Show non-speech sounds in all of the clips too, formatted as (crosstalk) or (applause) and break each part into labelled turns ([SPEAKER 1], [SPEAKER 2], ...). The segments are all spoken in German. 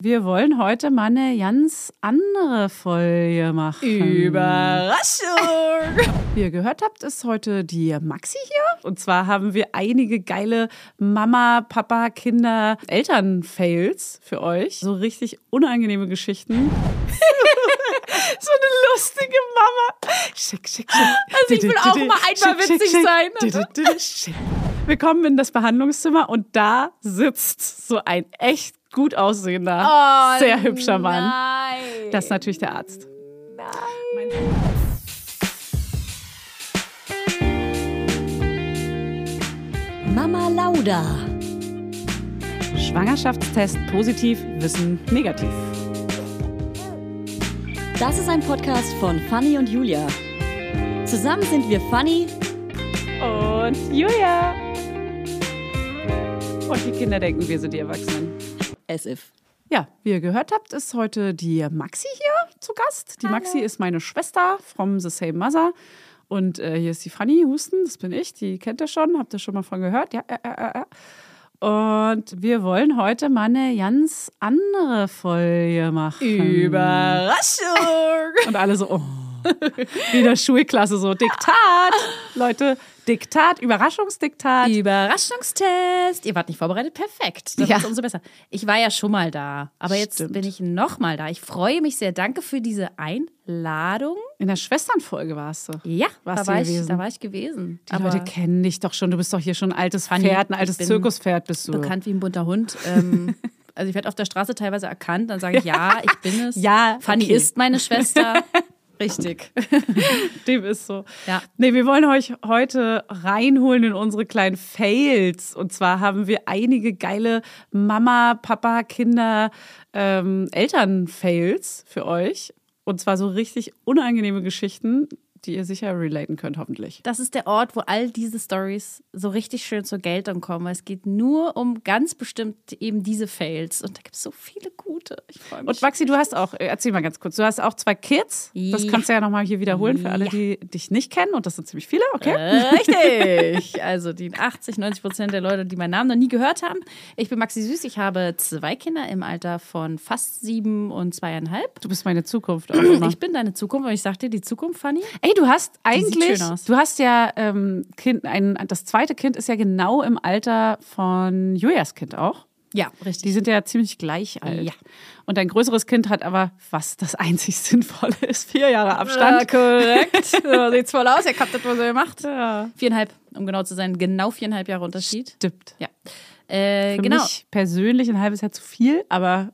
[SPEAKER 1] Wir wollen heute mal eine ganz andere Folge machen.
[SPEAKER 2] (laughs) Überraschung!
[SPEAKER 1] Wie ihr gehört habt, ist heute die Maxi hier. Und zwar haben wir einige geile Mama, Papa, Kinder, Eltern-Fails für euch. So richtig unangenehme
[SPEAKER 2] (laughs)
[SPEAKER 1] Geschichten. so eine lustige Mama. Schick, schick, schick.
[SPEAKER 2] Also ich will auch mal einmal witzig sein.
[SPEAKER 1] sein. Willkommen in das Behandlungszimmer und da sitzt so ein echt gut aussehender,
[SPEAKER 2] Oh,
[SPEAKER 1] sehr hübscher Mann.
[SPEAKER 2] Nein.
[SPEAKER 1] Das ist natürlich der Arzt.
[SPEAKER 2] Nein.
[SPEAKER 3] Mama Lauda.
[SPEAKER 1] Schwangerschaftstest positiv, Wissen negativ.
[SPEAKER 3] Das ist ein Podcast von Fanny und Julia. Zusammen sind wir Fanny
[SPEAKER 1] Und Julia. Und die Kinder denken, wir sind die Erwachsenen.
[SPEAKER 3] as if.
[SPEAKER 1] Ja, wie ihr gehört habt, ist heute die Maxi hier zu Gast. Die Maxi ist meine Schwester from The Same Mother. Und äh, hier ist die Fanny Husten, das bin ich, die kennt ihr schon, habt ihr schon mal von gehört. Ja, äh, ja, ja, ja, ja. Und wir wollen heute mal eine ganz andere Folge machen.
[SPEAKER 2] Überraschung!
[SPEAKER 1] Und alle so, oh. Wie in der Schulklasse so, Diktat. Leute, Diktat, Überraschungsdiktat.
[SPEAKER 2] Überraschungstest. Ihr wart nicht vorbereitet. Perfekt. Das
[SPEAKER 1] Ja.
[SPEAKER 2] ist umso besser. Ich war ja schon mal da, aber jetzt
[SPEAKER 1] Stimmt.
[SPEAKER 2] bin ich noch mal da. Ich freue mich sehr. Danke für diese Einladung.
[SPEAKER 1] In der Schwesternfolge warst du.
[SPEAKER 2] Ja,
[SPEAKER 1] Warst
[SPEAKER 2] da
[SPEAKER 1] du
[SPEAKER 2] war, ich,
[SPEAKER 1] gewesen?
[SPEAKER 2] da war ich gewesen.
[SPEAKER 1] Die Leute kennen dich doch schon. Du bist doch hier schon ein altes
[SPEAKER 2] Fanny,
[SPEAKER 1] Pferd, ein
[SPEAKER 2] ich
[SPEAKER 1] altes
[SPEAKER 2] bin
[SPEAKER 1] Zirkuspferd bist du.
[SPEAKER 2] bekannt wie ein bunter Hund.
[SPEAKER 1] (laughs)
[SPEAKER 2] Ähm, also ich werde auf der Straße teilweise erkannt, dann sage ich ja, ich bin es.
[SPEAKER 1] Ja,
[SPEAKER 2] Fanny
[SPEAKER 1] okay.
[SPEAKER 2] ist meine
[SPEAKER 1] (laughs)
[SPEAKER 2] Schwester. Richtig.
[SPEAKER 1] Dem ist so.
[SPEAKER 2] Ja.
[SPEAKER 1] Nee, wir wollen euch heute reinholen in unsere kleinen Fails. Und zwar haben wir einige geile Mama, Papa, Kinder, ähm, Eltern-Fails für euch. Und zwar so richtig unangenehme Geschichten, die ihr sicher relaten könnt, hoffentlich.
[SPEAKER 2] Das ist der Ort, wo all diese Stories so richtig schön zur Geltung kommen. weil Es geht nur um ganz bestimmt eben diese Fails. Und da gibt es so viele gute. Ich freue mich.
[SPEAKER 1] Und Maxi, du hast auch, äh, erzähl mal ganz kurz, du hast auch zwei Kids. Das
[SPEAKER 2] Ja.
[SPEAKER 1] kannst du ja nochmal hier wiederholen für alle,
[SPEAKER 2] Ja.
[SPEAKER 1] die dich nicht kennen. Und das sind ziemlich viele, okay?
[SPEAKER 2] Richtig. Also die 80, 90 Prozent der Leute, die meinen Namen noch nie gehört haben. Ich bin Maxi Süß. Ich habe zwei Kinder im Alter von fast sieben und zweieinhalb.
[SPEAKER 1] Du bist meine Zukunft. Auch immer.
[SPEAKER 2] Ich bin deine Zukunft und ich sag dir die Zukunft, Fanny.
[SPEAKER 1] Ey, du hast
[SPEAKER 2] sieht
[SPEAKER 1] eigentlich,
[SPEAKER 2] schön aus.
[SPEAKER 1] du hast ja ähm, kind, ein, das zweite Kind ist ja genau im Alter von Julias Kind auch.
[SPEAKER 2] Ja, richtig.
[SPEAKER 1] Die sind ja ziemlich gleich alt.
[SPEAKER 2] Ja.
[SPEAKER 1] Und dein größeres Kind hat aber, was das einzig (laughs) Sinnvolle ist, vier Jahre Abstand. (laughs)
[SPEAKER 2] korrekt. So sieht's voll aus. Ihr habt das wohl so gemacht. Viereinhalb, um genau zu sein. Genau viereinhalb Jahre Unterschied.
[SPEAKER 1] Stimmt.
[SPEAKER 2] Ja. Äh,
[SPEAKER 1] Für
[SPEAKER 2] genau.
[SPEAKER 1] mich persönlich ein halbes Jahr zu viel, aber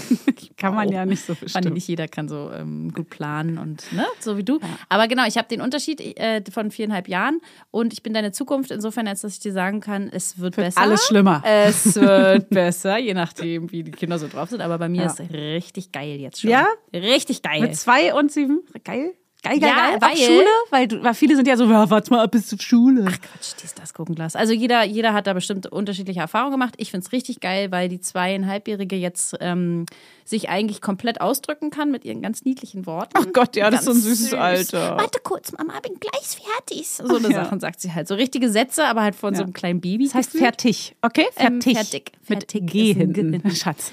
[SPEAKER 1] (laughs) kann man ja nicht so
[SPEAKER 2] Fand
[SPEAKER 1] bestimmen.
[SPEAKER 2] nicht jeder kann so ähm, gut planen und ne, so wie du. Aber genau, ich habe den Unterschied äh, von viereinhalb Jahren und ich bin deine Zukunft insofern, als dass ich dir sagen kann, es wird, besser.
[SPEAKER 1] Alles schlimmer.
[SPEAKER 2] Es
[SPEAKER 1] (laughs)
[SPEAKER 2] wird besser, je nachdem, wie die Kinder so drauf sind. Aber bei mir
[SPEAKER 1] Ja.
[SPEAKER 2] ist richtig geil jetzt schon.
[SPEAKER 1] Ja?
[SPEAKER 2] Richtig geil.
[SPEAKER 1] Mit zwei und sieben. Geil. Geil, geil,
[SPEAKER 2] Ja,
[SPEAKER 1] geil. Ab
[SPEAKER 2] weil-
[SPEAKER 1] Schule? Weil, du, weil viele sind ja so, ja, warte mal ab bis zur Schule.
[SPEAKER 2] Quatsch, die ist das Gurkenglas. Also jeder, jeder hat da bestimmt unterschiedliche Erfahrungen gemacht. Ich finde es richtig geil, weil die zweieinhalbjährige jetzt ähm, sich eigentlich komplett ausdrücken kann mit ihren ganz niedlichen Worten.
[SPEAKER 1] Ach Oh Gott, ja, das ist so ein
[SPEAKER 2] Ganz
[SPEAKER 1] süßes Alter.
[SPEAKER 2] Warte kurz, Mama, bin gleich fertig. So eine
[SPEAKER 1] Ja.
[SPEAKER 2] Sachen sagt sie halt. So richtige Sätze, aber halt von
[SPEAKER 1] Ja.
[SPEAKER 2] so einem kleinen Baby.
[SPEAKER 1] Das heißt fertig, okay?
[SPEAKER 2] Ähm,
[SPEAKER 1] Fertig.
[SPEAKER 2] fertig.
[SPEAKER 1] Mit
[SPEAKER 2] Fertig
[SPEAKER 1] G
[SPEAKER 2] ist ein G
[SPEAKER 1] hinten.
[SPEAKER 2] hinten.
[SPEAKER 1] (laughs) Schatz.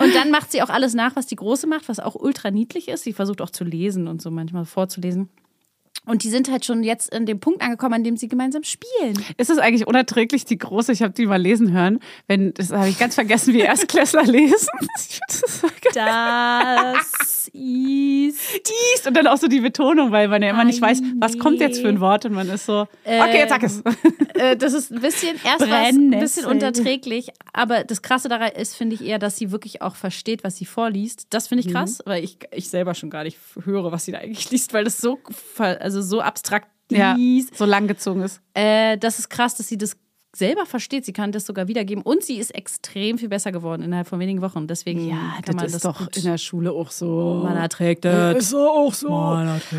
[SPEAKER 2] Und dann macht sie auch alles nach, was die Große macht, was auch ultra niedlich ist. Sie versucht auch zu lesen und so manchmal vorzulesen. Und die sind halt schon jetzt in dem Punkt angekommen, an dem sie gemeinsam spielen.
[SPEAKER 1] Ist es eigentlich unerträglich, die große, ich habe die mal lesen hören, wenn, das habe ich ganz vergessen, wie Erstklässler (laughs) lesen. Ich find das so geil.
[SPEAKER 2] (laughs) Das ist.
[SPEAKER 1] Dies und dann auch so die Betonung, weil man ja immer nicht weiß, was kommt jetzt für ein Wort und man ist so, okay, jetzt sag es. (laughs)
[SPEAKER 2] Äh, das ist ein bisschen erst war's ein bisschen
[SPEAKER 1] Brennnessel.
[SPEAKER 2] unterträglich, aber das Krasse daran ist, finde ich eher, dass sie wirklich auch versteht, was sie vorliest. Das
[SPEAKER 1] Mhm.
[SPEAKER 2] finde ich krass, weil ich, ich selber schon gar nicht höre, was sie da eigentlich liest, weil das so ver- also so abstrakt
[SPEAKER 1] Ja,
[SPEAKER 2] ist.
[SPEAKER 1] so langgezogen ist.
[SPEAKER 2] Äh, das ist krass, dass sie das selber versteht. Sie kann das sogar wiedergeben und sie ist extrem viel besser geworden innerhalb von wenigen Wochen. Deswegen
[SPEAKER 1] Hm,
[SPEAKER 2] kann man das gut.
[SPEAKER 1] der Schule auch so.
[SPEAKER 2] man erträgt das.
[SPEAKER 1] so auch so.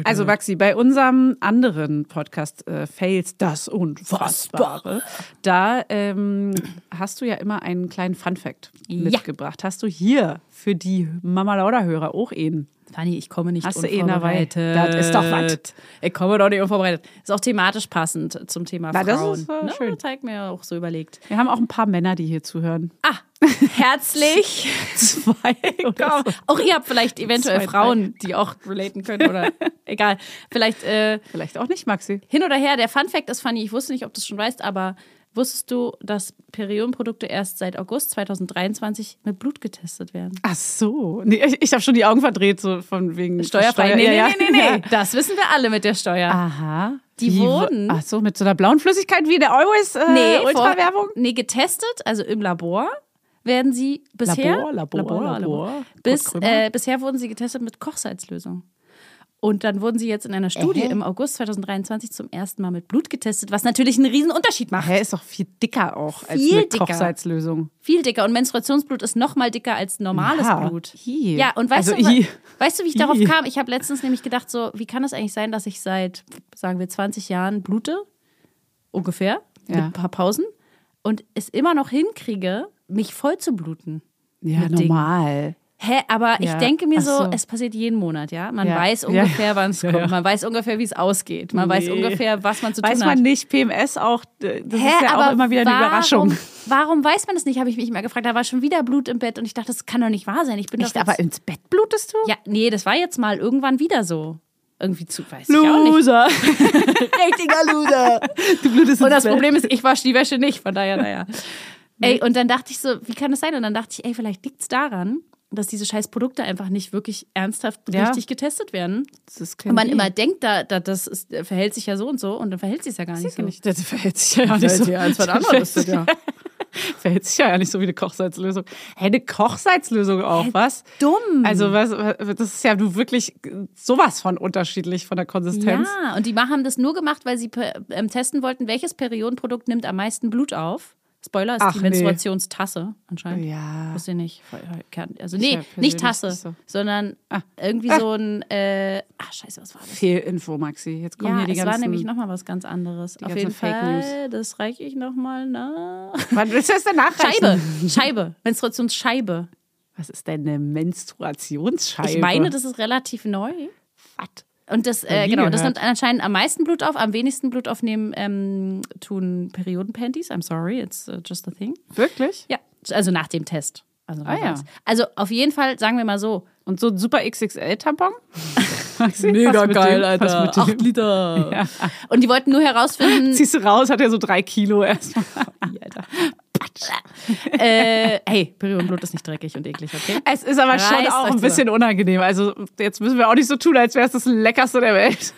[SPEAKER 1] Also Maxi, bei unserem anderen Podcast äh, Fails das Unfassbare, da ähm, hast du ja immer einen kleinen Fun Fact
[SPEAKER 2] Ja.
[SPEAKER 1] mitgebracht. Hast du hier für die Mama Lauda Hörer auch einen?
[SPEAKER 2] Fanny, ich komme nicht
[SPEAKER 1] Hast du eh eine Weile.
[SPEAKER 2] unvorbereitet.
[SPEAKER 1] Das ist doch was.
[SPEAKER 2] Ich komme doch nicht unvorbereitet. Ist auch thematisch passend zum Thema
[SPEAKER 1] Na, das
[SPEAKER 2] Frauen.
[SPEAKER 1] ist, äh,
[SPEAKER 2] Ne,
[SPEAKER 1] schön.
[SPEAKER 2] Zeig mir auch so überlegt.
[SPEAKER 1] Wir haben auch ein paar Männer, die hier zuhören.
[SPEAKER 2] Ah, herzlich.
[SPEAKER 1] (laughs) Zwei.
[SPEAKER 2] (laughs) Komm, auch ihr habt vielleicht eventuell
[SPEAKER 1] Zwei, drei.
[SPEAKER 2] Frauen, die auch relaten können (laughs) oder egal. Vielleicht äh,
[SPEAKER 1] Vielleicht auch nicht, Maxi.
[SPEAKER 2] hin oder her. Der Fun Fact ist, Fanny, ich wusste nicht, ob du es schon weißt, aber wusstest du, dass Periodenprodukte erst seit August 2023 mit Blut getestet werden?
[SPEAKER 1] Ach so. Nee, ich ich habe schon die Augen verdreht, so von wegen
[SPEAKER 2] Steuerfrei?
[SPEAKER 1] Steuer-
[SPEAKER 2] nee,
[SPEAKER 1] ja, ja.
[SPEAKER 2] nee, nee, nee, nee. Ah,
[SPEAKER 1] Ja.
[SPEAKER 2] (laughs) Das wissen wir alle mit der Steuer.
[SPEAKER 1] Aha.
[SPEAKER 2] Die
[SPEAKER 1] wo-
[SPEAKER 2] wurden-
[SPEAKER 1] Ach so, mit so einer blauen Flüssigkeit wie der Always äh,
[SPEAKER 2] Nee,
[SPEAKER 1] Ultrawerbung?
[SPEAKER 2] vor- Nee, getestet, also im Labor werden sie bisher.
[SPEAKER 1] Labor, Labor, Labor.
[SPEAKER 2] Bis,
[SPEAKER 1] Kurt Krömer.
[SPEAKER 2] äh, bisher wurden sie getestet mit Kochsalzlösung. Und dann wurden sie jetzt in einer Studie
[SPEAKER 1] Äh?
[SPEAKER 2] im August 2023 zum ersten Mal mit Blut getestet, was natürlich einen riesen Unterschied macht.
[SPEAKER 1] Hä, ist doch viel dicker auch als
[SPEAKER 2] Viel
[SPEAKER 1] eine
[SPEAKER 2] dicker.
[SPEAKER 1] Kochsalzlösung.
[SPEAKER 2] Viel dicker. Und Menstruationsblut ist noch mal dicker als normales
[SPEAKER 1] Ja.
[SPEAKER 2] Blut.
[SPEAKER 1] Ih.
[SPEAKER 2] Ja, und weißt,
[SPEAKER 1] Also
[SPEAKER 2] du,
[SPEAKER 1] ih.
[SPEAKER 2] wa- weißt du, wie ich darauf
[SPEAKER 1] Ih.
[SPEAKER 2] kam? Ich habe letztens nämlich gedacht, so, wie kann es eigentlich sein, dass ich seit, sagen wir, 20 Jahren blute? Ungefähr. Mit
[SPEAKER 1] Ja.
[SPEAKER 2] ein paar Pausen. Und es immer noch hinkriege, mich voll zu bluten.
[SPEAKER 1] Ja,
[SPEAKER 2] mit Dingen.
[SPEAKER 1] normal.
[SPEAKER 2] Hä, aber ich
[SPEAKER 1] Ja,
[SPEAKER 2] denke mir
[SPEAKER 1] ach
[SPEAKER 2] so,
[SPEAKER 1] so.
[SPEAKER 2] es passiert jeden Monat, ja? Man
[SPEAKER 1] Ja.
[SPEAKER 2] weiß
[SPEAKER 1] Ja,
[SPEAKER 2] ungefähr,
[SPEAKER 1] ja.
[SPEAKER 2] wann es
[SPEAKER 1] Ja,
[SPEAKER 2] kommt.
[SPEAKER 1] ja.
[SPEAKER 2] Man weiß ungefähr, wie es ausgeht. Man weiß
[SPEAKER 1] Nee.
[SPEAKER 2] ungefähr, was man zu
[SPEAKER 1] Weiß
[SPEAKER 2] tun hat.
[SPEAKER 1] man nicht, PMS auch, d- das ist ja auch
[SPEAKER 2] aber
[SPEAKER 1] immer wieder eine
[SPEAKER 2] warum,
[SPEAKER 1] Überraschung.
[SPEAKER 2] Warum weiß man das nicht, habe ich mich immer gefragt. Da war schon wieder Blut im Bett und ich dachte, das kann doch nicht wahr sein. Ich bin
[SPEAKER 1] Nicht,
[SPEAKER 2] doch jetzt,
[SPEAKER 1] aber ins Bett blutest du?
[SPEAKER 2] Ja, nee, das war jetzt mal irgendwann wieder so. Irgendwie zu, weiß ich auch nicht. (laughs)
[SPEAKER 1] Loser.
[SPEAKER 3] Richtiger Loser.
[SPEAKER 1] Du blutest
[SPEAKER 2] Und
[SPEAKER 1] ins
[SPEAKER 2] das
[SPEAKER 1] Bett.
[SPEAKER 2] Problem ist, ich wasche die Wäsche nicht, von
[SPEAKER 1] (laughs)
[SPEAKER 2] daher, naja. Ey, und dann dachte ich so, wie kann das sein? Und dann dachte ich, ey, vielleicht liegt es daran, dass diese scheiß Produkte einfach nicht wirklich ernsthaft
[SPEAKER 1] Ja.
[SPEAKER 2] richtig getestet werden.
[SPEAKER 1] Das
[SPEAKER 2] Und man immer denkt, da, da, das ist, verhält sich ja so und so und dann verhält sich es ja gar nicht so.
[SPEAKER 1] nicht. Das verhält sich ja, nicht so. (laughs) Verhält sich ja nicht so wie eine Kochsalzlösung. Hä, eine Kochsalzlösung auch, was?
[SPEAKER 2] Dumm.
[SPEAKER 1] Also, was, das ist ja du wirklich sowas von unterschiedlich von der Konsistenz.
[SPEAKER 2] ja, und die haben das nur gemacht, weil sie per- ähm, testen wollten, welches Periodenprodukt nimmt am meisten Blut auf. Spoiler ist
[SPEAKER 1] Ach,
[SPEAKER 2] die
[SPEAKER 1] nee.
[SPEAKER 2] Menstruationstasse anscheinend.
[SPEAKER 1] Ja.
[SPEAKER 2] Wusste ich nicht. Voll- voll- Kern- Also
[SPEAKER 1] Ich
[SPEAKER 2] nee,
[SPEAKER 1] ja persönlich
[SPEAKER 2] nicht Tasse,
[SPEAKER 1] nicht so. Ah.
[SPEAKER 2] sondern irgendwie so ein äh, Ach scheiße, was war das?
[SPEAKER 1] Fehlinfo, Maxi. Jetzt kommen
[SPEAKER 2] Ja,
[SPEAKER 1] hier die
[SPEAKER 2] es
[SPEAKER 1] ganzen.
[SPEAKER 2] war nämlich nochmal was ganz anderes. Auf
[SPEAKER 1] ganzen
[SPEAKER 2] jeden
[SPEAKER 1] Fake
[SPEAKER 2] Fall, das reiche ich nochmal nach.
[SPEAKER 1] (laughs) Wann willst du das denn nachreichen?
[SPEAKER 2] Scheibe, Scheibe, Menstruationsscheibe.
[SPEAKER 1] Was ist denn eine Menstruationsscheibe?
[SPEAKER 2] Ich meine, das ist relativ neu.
[SPEAKER 1] Was?
[SPEAKER 2] Und das,
[SPEAKER 1] Noch
[SPEAKER 2] äh,
[SPEAKER 1] nie
[SPEAKER 2] genau, das
[SPEAKER 1] gehört.
[SPEAKER 2] nimmt anscheinend am meisten Blut auf, am wenigsten Blut aufnehmen ähm, tun Periodenpanties. I'm sorry, it's uh, just a thing.
[SPEAKER 1] Wirklich?
[SPEAKER 2] Ja, also nach dem Test. Also,
[SPEAKER 1] Ah, ja.
[SPEAKER 2] also auf jeden Fall, sagen wir mal so.
[SPEAKER 1] Und so ein super
[SPEAKER 2] (laughs)
[SPEAKER 1] XXL-Tampon? Maxi, was mit dem? Was mit
[SPEAKER 2] Acht
[SPEAKER 1] dem?
[SPEAKER 2] (laughs) Liter. Und die wollten
[SPEAKER 1] (laughs)
[SPEAKER 2] nur herausfinden,
[SPEAKER 1] Ziehst du raus, hat er so drei Kilo erstmal.
[SPEAKER 2] äh, hey, Periodenblut ist nicht dreckig und eklig, okay?
[SPEAKER 1] Es ist aber schon
[SPEAKER 2] Reißt
[SPEAKER 1] auch
[SPEAKER 2] euch
[SPEAKER 1] ein bisschen unangenehm. Also jetzt müssen wir auch nicht so tun, als wäre es das Leckerste der Welt.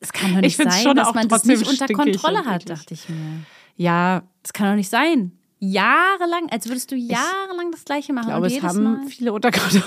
[SPEAKER 2] Es kann doch
[SPEAKER 1] Ich
[SPEAKER 2] nicht
[SPEAKER 1] find's
[SPEAKER 2] sein,
[SPEAKER 1] schon
[SPEAKER 2] dass
[SPEAKER 1] auch
[SPEAKER 2] man das nicht
[SPEAKER 1] trotzdem
[SPEAKER 2] unter
[SPEAKER 1] stinkig
[SPEAKER 2] Kontrolle
[SPEAKER 1] und
[SPEAKER 2] hat,
[SPEAKER 1] eklig.
[SPEAKER 2] dachte ich mir.
[SPEAKER 1] Ja,
[SPEAKER 2] Das kann doch nicht sein. Jahrelang, als würdest du jahrelang das Gleiche machen.
[SPEAKER 1] ich glaube,
[SPEAKER 2] und
[SPEAKER 1] es
[SPEAKER 2] jedes
[SPEAKER 1] haben
[SPEAKER 2] Mal.
[SPEAKER 1] viele unter (laughs) Kontrolle.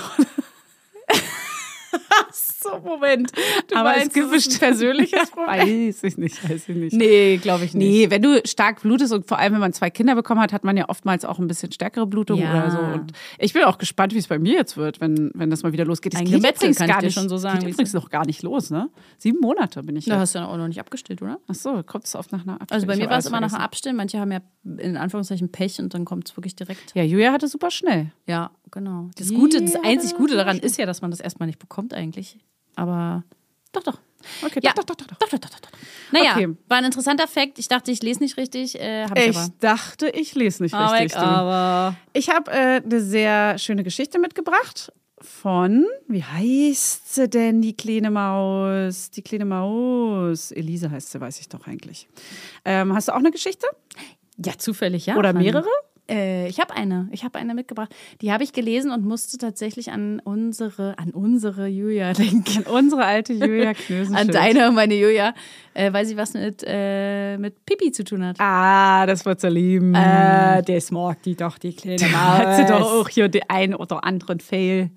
[SPEAKER 2] So, Moment.
[SPEAKER 1] aber es gibt bestimmt
[SPEAKER 2] (laughs)
[SPEAKER 1] persönliches Problem. Weiß ich nicht, weiß ich nicht.
[SPEAKER 2] Nee, glaube ich nicht.
[SPEAKER 1] Nee, wenn du stark blutest und vor allem, wenn man zwei Kinder bekommen hat, hat man ja oftmals auch ein bisschen stärkere Blutung
[SPEAKER 2] Ja.
[SPEAKER 1] oder so. Und ich bin auch gespannt, wie es bei mir jetzt wird, wenn, wenn das mal wieder losgeht. Das
[SPEAKER 2] Ein
[SPEAKER 1] geht
[SPEAKER 2] Gemetzel
[SPEAKER 1] übrigens
[SPEAKER 2] kann ich dir
[SPEAKER 1] nicht-
[SPEAKER 2] schon so sagen,
[SPEAKER 1] Geht
[SPEAKER 2] wie es
[SPEAKER 1] übrigens noch gar nicht los, ne? Sieben Monate bin ich
[SPEAKER 2] Da
[SPEAKER 1] jetzt.
[SPEAKER 2] hast du ja auch noch nicht abgestillt, oder?
[SPEAKER 1] Ach so, kommt es oft nach einer Abstimmung.
[SPEAKER 2] Also bei
[SPEAKER 1] Ich
[SPEAKER 2] mir
[SPEAKER 1] hab
[SPEAKER 2] war es
[SPEAKER 1] alles
[SPEAKER 2] immer nach dem
[SPEAKER 1] vergessen.
[SPEAKER 2] Abstillen. Manche haben ja in Anführungszeichen Pech und dann kommt es wirklich direkt.
[SPEAKER 1] Ja, Julia hatte super schnell.
[SPEAKER 2] Ja, genau. Das
[SPEAKER 1] Die
[SPEAKER 2] Gute, das
[SPEAKER 1] hat
[SPEAKER 2] einzig Gute
[SPEAKER 1] das
[SPEAKER 2] daran ist ja, dass man das erstmal nicht bekommt eigentlich. Aber doch, doch.
[SPEAKER 1] Okay,
[SPEAKER 2] Ja.
[SPEAKER 1] doch, doch, doch, doch.
[SPEAKER 2] Doch, doch, doch, doch. doch. Naja,
[SPEAKER 1] Okay.
[SPEAKER 2] war ein interessanter Fakt. Ich dachte, ich lese nicht richtig, äh, habe ich
[SPEAKER 1] Ich dachte, ich lese nicht
[SPEAKER 2] aber.
[SPEAKER 1] richtig. du.
[SPEAKER 2] aber
[SPEAKER 1] Ich habe äh, eine sehr schöne Geschichte mitgebracht von, wie heißt sie denn, die kleine Maus? Die kleine Maus. Elise heißt sie, weiß ich doch eigentlich. Ähm, hast du auch eine Geschichte?
[SPEAKER 2] ja, zufällig, ja.
[SPEAKER 1] Oder
[SPEAKER 2] Fanny.
[SPEAKER 1] mehrere?
[SPEAKER 2] Äh, ich habe eine. Ich habe eine mitgebracht. Die habe ich gelesen und musste tatsächlich an unsere, an unsere Julia denken.
[SPEAKER 1] Unsere alte Julia Knösenschild.
[SPEAKER 2] (laughs) An deine und meine Julia, äh, weil sie was mit, äh, mit Pipi zu tun hat.
[SPEAKER 1] Ah, das wird sie lieben.
[SPEAKER 4] Äh, das mag die doch, die kleine Maus.
[SPEAKER 1] Hat sie doch auch hier den einen oder anderen Fail.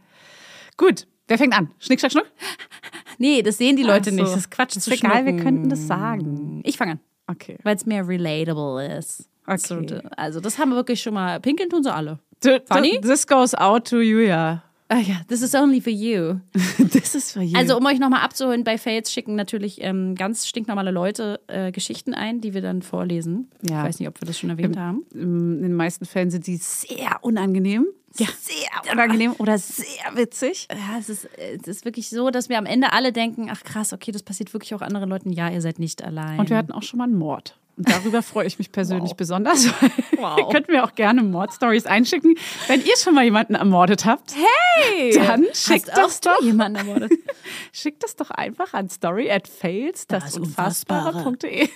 [SPEAKER 1] Gut, wer fängt an? Schnick, schnack, schnuck?
[SPEAKER 2] Nee, das sehen die Leute
[SPEAKER 1] Ach so.
[SPEAKER 2] nicht. Das ist Quatsch.
[SPEAKER 1] Ist
[SPEAKER 2] zu
[SPEAKER 1] egal, wir
[SPEAKER 2] schnucken.
[SPEAKER 1] könnten das sagen.
[SPEAKER 2] Ich fange an,
[SPEAKER 1] Okay.
[SPEAKER 2] weil es mehr relatable ist.
[SPEAKER 1] Okay.
[SPEAKER 2] So, d- also, das haben wir wirklich schon mal. Pinkeln tun sie alle.
[SPEAKER 1] D- d-
[SPEAKER 2] Funny?
[SPEAKER 1] This goes out to Julia.
[SPEAKER 2] Ah ja, this is only for you.
[SPEAKER 1] das ist für jeden.
[SPEAKER 2] Also um euch nochmal abzuholen, bei Fails schicken natürlich ähm, ganz stinknormale Leute äh, Geschichten ein, die wir dann vorlesen.
[SPEAKER 1] Ja.
[SPEAKER 2] Ich weiß nicht, ob wir das schon erwähnt haben.
[SPEAKER 1] ähm, in den meisten Fällen sind die sehr unangenehm. Ja. Sehr unangenehm oder sehr witzig.
[SPEAKER 2] Ja, es ist, äh, es ist wirklich so, dass wir am Ende alle denken, ach krass, okay, das passiert wirklich auch anderen Leuten. Ja, ihr seid nicht allein.
[SPEAKER 1] Und wir hatten auch schon mal einen Mord. Und darüber freue ich mich persönlich besonders. (laughs) Wow. Ihr könnt mir auch gerne Mordstories einschicken. Wenn ihr schon mal jemanden ermordet habt, hey, dann schickt
[SPEAKER 2] Hast auch
[SPEAKER 1] das, doch,
[SPEAKER 2] du jemanden ermordet.
[SPEAKER 1] schickt das doch einfach an story at fails, das unfassbare.de.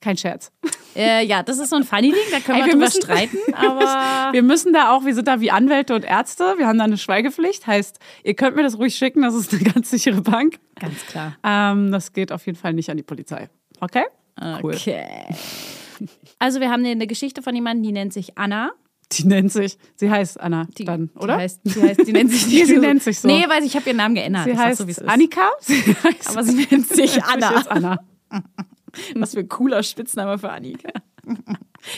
[SPEAKER 1] Kein Scherz.
[SPEAKER 2] (laughs) äh, ja, das ist so ein funny Ding, da können
[SPEAKER 1] Ey,
[SPEAKER 2] wir,
[SPEAKER 1] wir
[SPEAKER 2] drüber
[SPEAKER 1] müssen-
[SPEAKER 2] streiten,
[SPEAKER 1] (laughs)
[SPEAKER 2] aber
[SPEAKER 1] Wir müssen da auch, wir sind da wie Anwälte und Ärzte, wir haben da eine Schweigepflicht. Heißt, ihr könnt mir das ruhig schicken, das ist eine ganz sichere Bank.
[SPEAKER 2] ganz klar.
[SPEAKER 1] Ähm, das geht auf jeden Fall nicht an die Polizei. Okay? Ah, Cool.
[SPEAKER 2] Okay. Also wir haben hier eine Geschichte von jemandem, die nennt sich Anna.
[SPEAKER 1] Die nennt sich, sie heißt Anna
[SPEAKER 2] Die,
[SPEAKER 1] dann,
[SPEAKER 2] die
[SPEAKER 1] oder?
[SPEAKER 2] Heißt, die, heißt, die
[SPEAKER 1] (laughs)
[SPEAKER 2] nennt sich
[SPEAKER 1] Nee, sie nennt sich so.
[SPEAKER 2] Nee, weiß ich, ich habe ihren Namen geändert.
[SPEAKER 1] sie
[SPEAKER 2] Ich sag's
[SPEAKER 1] heißt
[SPEAKER 2] so, wie es ist.
[SPEAKER 1] Annika, (laughs) sie heißt
[SPEAKER 2] Aber sie
[SPEAKER 1] (laughs)
[SPEAKER 2] nennt sich Anna.
[SPEAKER 1] Jetzt Anna. (laughs)
[SPEAKER 2] Was für ein cooler Spitzname für Annika.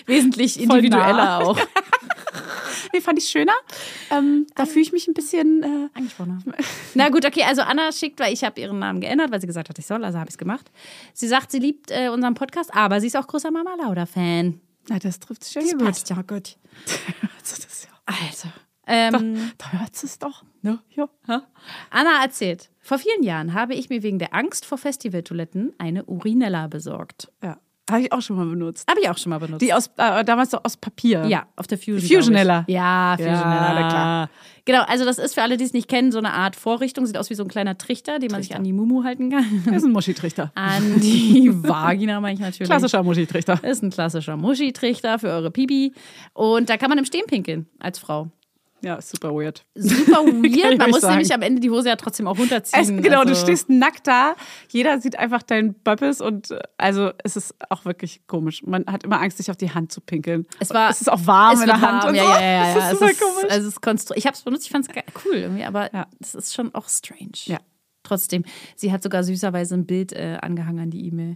[SPEAKER 2] Wesentlich
[SPEAKER 1] nah.
[SPEAKER 2] individueller auch.
[SPEAKER 1] Nee, fand ich schöner. Ähm, da fühle ich mich ein bisschen, äh,
[SPEAKER 2] Na gut, okay, also Anna schickt, weil ich habe ihren Namen geändert, weil sie gesagt hat, ich soll, also habe ich es gemacht. Sie sagt, sie liebt äh, unseren Podcast, aber sie ist auch großer Mama Lauda-Fan.
[SPEAKER 1] na, das trifft sich ja hier gut.
[SPEAKER 2] ja gut.
[SPEAKER 1] Das ist ja-
[SPEAKER 2] Also. Ähm,
[SPEAKER 1] Da hört es doch. Ne? Ja.
[SPEAKER 2] Anna erzählt, vor vielen Jahren habe ich mir wegen der Angst vor Festivaltoiletten eine Urinella besorgt.
[SPEAKER 1] ja. Habe ich auch schon mal benutzt.
[SPEAKER 2] Habe ich auch schon mal benutzt.
[SPEAKER 1] Die aus, äh, damals so aus Papier.
[SPEAKER 2] Ah. Ja, auf der Fusion.
[SPEAKER 1] Die Fusionella.
[SPEAKER 2] glaub ich. Ja, Fusionella.
[SPEAKER 1] na klar.
[SPEAKER 2] Genau, also das ist für alle, die es nicht kennen, so eine Art Vorrichtung. Sieht aus wie so ein kleiner Trichter, den man sich an die Mumu halten kann. (laughs)
[SPEAKER 1] Das ist ein Muschitrichter.
[SPEAKER 2] An
[SPEAKER 1] (laughs)
[SPEAKER 2] die Vagina meine ich natürlich.
[SPEAKER 1] Klassischer Muschitrichter.
[SPEAKER 2] Ist ein klassischer Muschi-Trichter für eure Pipi. Und da kann man im Stehen pinkeln als Frau.
[SPEAKER 1] Ja, ist super weird. (laughs)
[SPEAKER 2] Super
[SPEAKER 1] ich
[SPEAKER 2] weird. Man
[SPEAKER 1] euch
[SPEAKER 2] muss
[SPEAKER 1] sagen.
[SPEAKER 2] nämlich am Ende die Hose ja trotzdem auch runterziehen.
[SPEAKER 1] Es, genau,
[SPEAKER 2] also,
[SPEAKER 1] du stehst nackt da, jeder sieht einfach deinen Böppes und äh, also es ist auch wirklich komisch. Man hat immer Angst, sich auf die Hand zu pinkeln.
[SPEAKER 2] Es war-
[SPEAKER 1] es ist auch warm
[SPEAKER 2] es
[SPEAKER 1] in
[SPEAKER 2] wird
[SPEAKER 1] der Hand
[SPEAKER 2] warm.
[SPEAKER 1] und
[SPEAKER 2] ja,
[SPEAKER 1] so.
[SPEAKER 2] ja, (laughs) ja,
[SPEAKER 1] (laughs) Es
[SPEAKER 2] ja.
[SPEAKER 1] ist super komisch.
[SPEAKER 2] Also es ist konstru- ich habe es benutzt, ich fand es cool irgendwie, aber
[SPEAKER 1] Ja.
[SPEAKER 2] das ist schon auch strange.
[SPEAKER 1] Ja.
[SPEAKER 2] Trotzdem, sie hat sogar süßerweise ein Bild äh, angehangen an die E-Mail.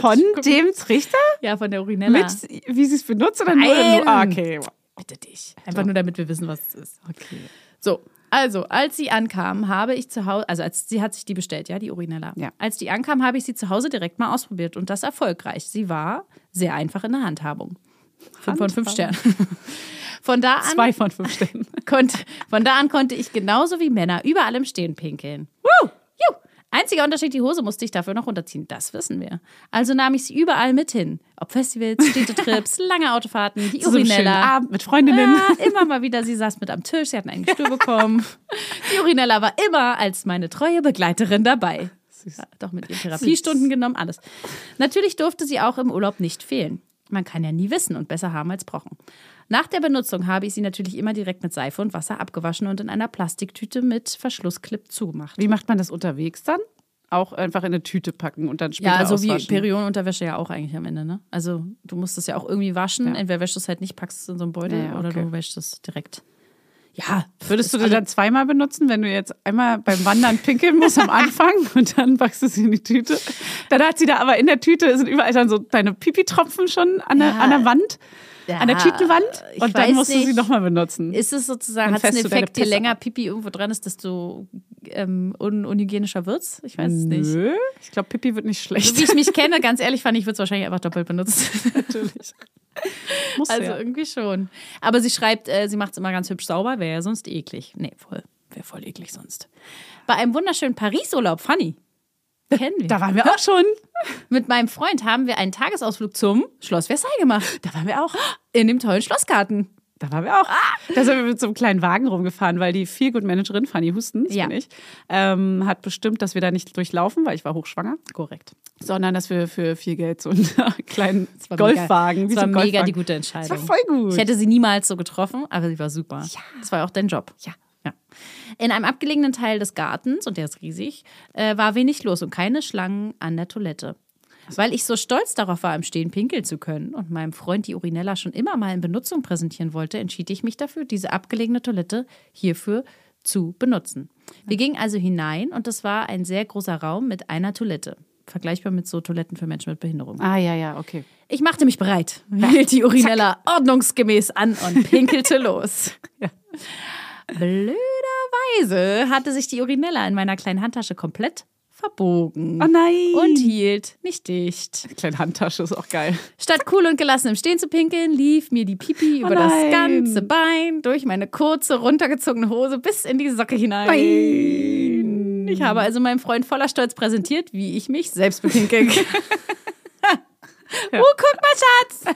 [SPEAKER 1] Von dem Trichter?
[SPEAKER 2] (laughs) Ja, von der Urinella.
[SPEAKER 1] Mit, wie sie es benutzt oder nur?
[SPEAKER 2] Nein.
[SPEAKER 1] nur ah, okay.
[SPEAKER 2] Bitte dich. Einfach nur, damit wir wissen, was es ist. Okay. So, also, als sie ankam, habe ich zu Hause, also als sie hat sich die bestellt, ja, die Urinella.
[SPEAKER 1] Ja.
[SPEAKER 2] Als die ankam, habe ich sie zu Hause direkt mal ausprobiert und das erfolgreich. Sie war sehr einfach in der Handhabung. Fünf von fünf Sternen. (laughs) Von da an
[SPEAKER 1] Zwei von fünf Sternen.
[SPEAKER 2] konnte, von da an konnte ich genauso wie Männer überall im Stehen pinkeln. (laughs) Woo! Juh! Einziger Unterschied, die Hose musste ich dafür noch runterziehen, das wissen wir. Also nahm ich sie überall mit hin. Ob Festivals, Städtetrips, lange Autofahrten, die
[SPEAKER 1] Zu so einem schönen
[SPEAKER 2] Urinella.
[SPEAKER 1] Abend mit Freundinnen.
[SPEAKER 2] Ja, immer mal wieder, sie saß mit am Tisch, sie hat einen Stuhl (laughs) bekommen. Die Urinella war immer als meine treue Begleiterin dabei. Ja, doch mit ihren Therapiestunden genommen, alles. Natürlich durfte sie auch im Urlaub nicht fehlen. Man kann ja nie wissen und besser haben als brauchen. Nach der Benutzung habe ich sie natürlich immer direkt mit Seife und Wasser abgewaschen und in einer Plastiktüte mit Verschlussclip zugemacht.
[SPEAKER 1] Wie macht man das unterwegs dann? Auch einfach in eine Tüte packen und dann später
[SPEAKER 2] Ja, so wie
[SPEAKER 1] auswaschen.
[SPEAKER 2] Periodenunterwäsche ja auch eigentlich am Ende, ne? Also du musst es ja auch irgendwie waschen. Entweder wäschst du es halt nicht, packst es in so einen Beutel
[SPEAKER 1] Ja, ja,
[SPEAKER 2] oder
[SPEAKER 1] okay.
[SPEAKER 2] du wäschst es direkt. Ja,
[SPEAKER 1] Würdest du die dann zweimal benutzen, wenn du jetzt einmal beim Wandern pinkeln musst
[SPEAKER 2] (laughs)
[SPEAKER 1] am Anfang und dann packst du sie in die Tüte? Dann hat sie da aber in der Tüte sind überall dann so deine Pipitropfen schon an der,
[SPEAKER 2] Ja.
[SPEAKER 1] an der Wand, an der
[SPEAKER 2] Ja,
[SPEAKER 1] Tütenwand
[SPEAKER 2] ich
[SPEAKER 1] und dann
[SPEAKER 2] weiß
[SPEAKER 1] musst du sie
[SPEAKER 2] nicht.
[SPEAKER 1] nochmal benutzen.
[SPEAKER 2] Ist es sozusagen,
[SPEAKER 1] Dann
[SPEAKER 2] hat es einen
[SPEAKER 1] fährst du deine
[SPEAKER 2] Effekt, je
[SPEAKER 1] Pisse
[SPEAKER 2] länger Pipi irgendwo dran ist, desto ähm, un unhygienischer wird es? Ich weiß es nicht.
[SPEAKER 1] Nö, ich glaube, Pipi wird nicht
[SPEAKER 2] So wie
[SPEAKER 1] schlecht.
[SPEAKER 2] ich mich kenne, ganz ehrlich fand ich, würde es wahrscheinlich einfach doppelt
[SPEAKER 1] (laughs)
[SPEAKER 2] benutzt.
[SPEAKER 1] Natürlich. Muss
[SPEAKER 2] Also
[SPEAKER 1] ja.
[SPEAKER 2] irgendwie schon. Aber sie schreibt, äh, sie macht es immer ganz hübsch sauber, wäre ja sonst eklig. Nee, voll. Wäre voll eklig sonst. Bei einem wunderschönen Paris-Urlaub, Fanny. Kennen wir.
[SPEAKER 1] Da waren wir auch schon.
[SPEAKER 2] Mit meinem Freund haben wir einen Tagesausflug zum Schloss Versailles gemacht. Da waren wir auch. In dem tollen Schlossgarten.
[SPEAKER 1] Da waren wir auch.
[SPEAKER 2] Ah!
[SPEAKER 1] Da sind wir mit so einem kleinen Wagen rumgefahren, weil die Feelgood-Managerin Fanny Husten, das
[SPEAKER 2] Ja.
[SPEAKER 1] bin ich, ähm, hat bestimmt, dass wir da nicht durchlaufen, weil ich war hochschwanger. Korrekt. Sondern, dass wir für viel Geld so einen (laughs) kleinen
[SPEAKER 2] Es war
[SPEAKER 1] Golfwagen,
[SPEAKER 2] Mega,
[SPEAKER 1] wie
[SPEAKER 2] es
[SPEAKER 1] so
[SPEAKER 2] war
[SPEAKER 1] ein
[SPEAKER 2] mega
[SPEAKER 1] Golfwagen.
[SPEAKER 2] die gute
[SPEAKER 1] Das
[SPEAKER 2] Entscheidung.
[SPEAKER 1] war voll gut.
[SPEAKER 2] Ich hätte sie niemals so getroffen, aber sie war super. Ja. Das war ja auch dein Job. Ja. In einem abgelegenen Teil des Gartens, und der ist riesig, äh, war wenig los und keine Schlangen an der Toilette. Weil ich so stolz darauf war, im Stehen pinkeln zu können und meinem Freund die Urinella schon immer mal in Benutzung präsentieren wollte, entschied ich mich dafür, diese abgelegene Toilette hierfür zu benutzen. Wir gingen also hinein und es war ein sehr großer Raum mit einer Toilette. Vergleichbar mit so Toiletten für Menschen mit Behinderung.
[SPEAKER 1] ah, ja, ja, okay.
[SPEAKER 2] Ich machte mich bereit, hielt die (laughs) Urinella ordnungsgemäß an und pinkelte los. Blöderweise Weise hatte sich die Urinella in meiner kleinen Handtasche komplett verbogen
[SPEAKER 1] Oh nein.
[SPEAKER 2] und hielt nicht dicht.
[SPEAKER 1] Kleine Handtasche ist auch geil.
[SPEAKER 2] Statt cool und gelassen im Stehen zu pinkeln, lief mir die Pipi über das
[SPEAKER 1] Oh nein.
[SPEAKER 2] ganze Bein durch meine kurze, runtergezogene Hose bis in die Socke hinein. Ich habe also meinem Freund voller Stolz präsentiert, wie ich mich
[SPEAKER 1] (laughs)
[SPEAKER 2] selbst bepinkel. Oh, guck mal, Schatz!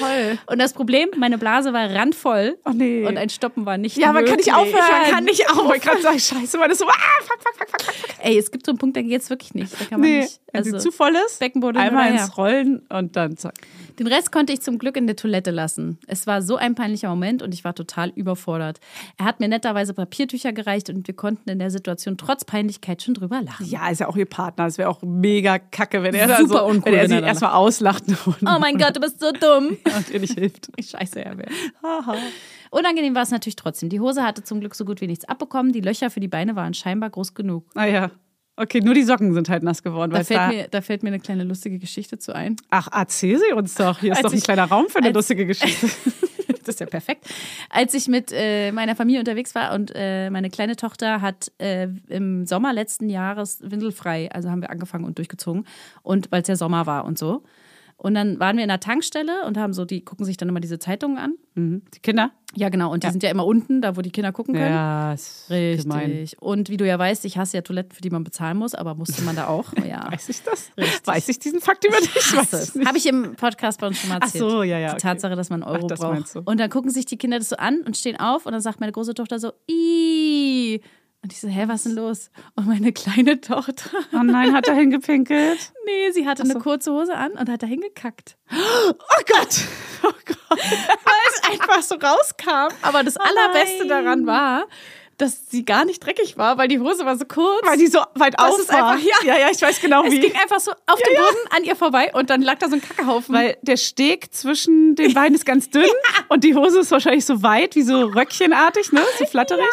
[SPEAKER 1] Toll.
[SPEAKER 2] Und das Problem, meine Blase war randvoll
[SPEAKER 1] Oh nee.
[SPEAKER 2] und ein Stoppen war nicht
[SPEAKER 1] ja, man
[SPEAKER 2] möglich.
[SPEAKER 1] kann nicht aufhören.
[SPEAKER 2] Man kann nicht
[SPEAKER 1] aufhören. Ich wollte gerade sagen, scheiße, man ist so, ah, fuck, fuck, fuck, fuck, fuck.
[SPEAKER 2] Ey, es gibt so einen Punkt, da geht's wirklich nicht. Da kann man
[SPEAKER 1] Nee,
[SPEAKER 2] nicht. Also,
[SPEAKER 1] wenn sie zu voll ist,
[SPEAKER 2] Beckenboden
[SPEAKER 1] einmal
[SPEAKER 2] hinterher.
[SPEAKER 1] ins Rollen und dann zack.
[SPEAKER 2] Den Rest konnte ich zum Glück in der Toilette lassen. Es war so ein peinlicher Moment und ich war total überfordert. Er hat mir netterweise Papiertücher gereicht und wir konnten in der Situation trotz Peinlichkeit schon drüber lachen.
[SPEAKER 1] Ja, ist ja auch ihr Partner. Es wäre auch mega kacke, wenn er,
[SPEAKER 2] Super
[SPEAKER 1] dann so,
[SPEAKER 2] uncool,
[SPEAKER 1] wenn er
[SPEAKER 2] wenn er
[SPEAKER 1] sie
[SPEAKER 2] danach-
[SPEAKER 1] erstmal auslacht und,
[SPEAKER 2] (laughs) Oh mein Gott, du bist so dumm.
[SPEAKER 1] und ihr nicht (laughs) hilft.
[SPEAKER 2] (laughs) Scheiße, er wäre. Unangenehm war es natürlich trotzdem. Die Hose hatte zum Glück so gut wie nichts abbekommen. Die Löcher für die Beine waren scheinbar groß genug.
[SPEAKER 1] Naja. Ah Okay, nur die Socken sind halt nass geworden.
[SPEAKER 2] Da
[SPEAKER 1] weil
[SPEAKER 2] fällt,
[SPEAKER 1] da,
[SPEAKER 2] mir, da fällt mir eine kleine lustige Geschichte zu ein.
[SPEAKER 1] ach, erzähl sie uns doch. Hier ist
[SPEAKER 2] Als
[SPEAKER 1] doch ein
[SPEAKER 2] ich-
[SPEAKER 1] kleiner Raum für eine
[SPEAKER 2] als-
[SPEAKER 1] lustige Geschichte.
[SPEAKER 2] das ist ja perfekt. Als ich mit äh, meiner Familie unterwegs war und äh, meine kleine Tochter hat äh, im Sommer letzten Jahres windelfrei, also haben wir angefangen und durchgezogen und weil es ja Sommer war und so. Und dann waren wir in der Tankstelle und haben so, die gucken sich dann immer diese Zeitungen an.
[SPEAKER 1] (laughs) Mhm. Die Kinder?
[SPEAKER 2] Ja, genau. Und die sind ja immer unten, da wo die Kinder gucken können.
[SPEAKER 1] Ja, ist
[SPEAKER 2] Richtig.
[SPEAKER 1] gemein.
[SPEAKER 2] Und wie du ja weißt, ich hasse ja Toiletten, für die man bezahlen muss, aber musste man da
[SPEAKER 1] (laughs)
[SPEAKER 2] auch. Ja.
[SPEAKER 1] Weiß ich das?
[SPEAKER 2] Richtig.
[SPEAKER 1] Weiß ich diesen Fakt über dich? Ich weiß es nicht.
[SPEAKER 2] Habe ich im Podcast bei uns schon mal
[SPEAKER 1] Ach
[SPEAKER 2] erzählt.
[SPEAKER 1] so, ja, ja,
[SPEAKER 2] Die
[SPEAKER 1] okay.
[SPEAKER 2] Tatsache, dass man einen Euro
[SPEAKER 1] Ach, das
[SPEAKER 2] braucht.
[SPEAKER 1] meinst du.
[SPEAKER 2] Und dann gucken sich die Kinder das so an und stehen auf und dann sagt meine große Tochter so, Ii. Und ich so, hä, was ist denn los? Und meine kleine Tochter, (laughs)
[SPEAKER 1] Oh nein, hat er hingepinkelt?
[SPEAKER 2] nee, sie hatte eine kurze Hose an und hat
[SPEAKER 1] (laughs)
[SPEAKER 2] da hingekackt.
[SPEAKER 1] Oh Gott! Oh Gott!
[SPEAKER 2] Weil es einfach so rauskam. Aber das Allerbeste
[SPEAKER 1] Oh nein.
[SPEAKER 2] daran war, dass sie gar nicht dreckig war, weil die Hose war so kurz.
[SPEAKER 1] Weil die so weit
[SPEAKER 2] Das
[SPEAKER 1] auf
[SPEAKER 2] ist
[SPEAKER 1] war.
[SPEAKER 2] einfach- ja.
[SPEAKER 1] ja, ich weiß genau
[SPEAKER 2] es
[SPEAKER 1] wie.
[SPEAKER 2] ging einfach so auf
[SPEAKER 1] Ja,
[SPEAKER 2] dem
[SPEAKER 1] ja.
[SPEAKER 2] Boden an ihr vorbei und dann lag da so ein Kackehaufen.
[SPEAKER 1] Weil der Steg zwischen den Beinen ist ganz dünn und die Hose ist wahrscheinlich so weit, wie so Röckchenartig, ne? So flatterig.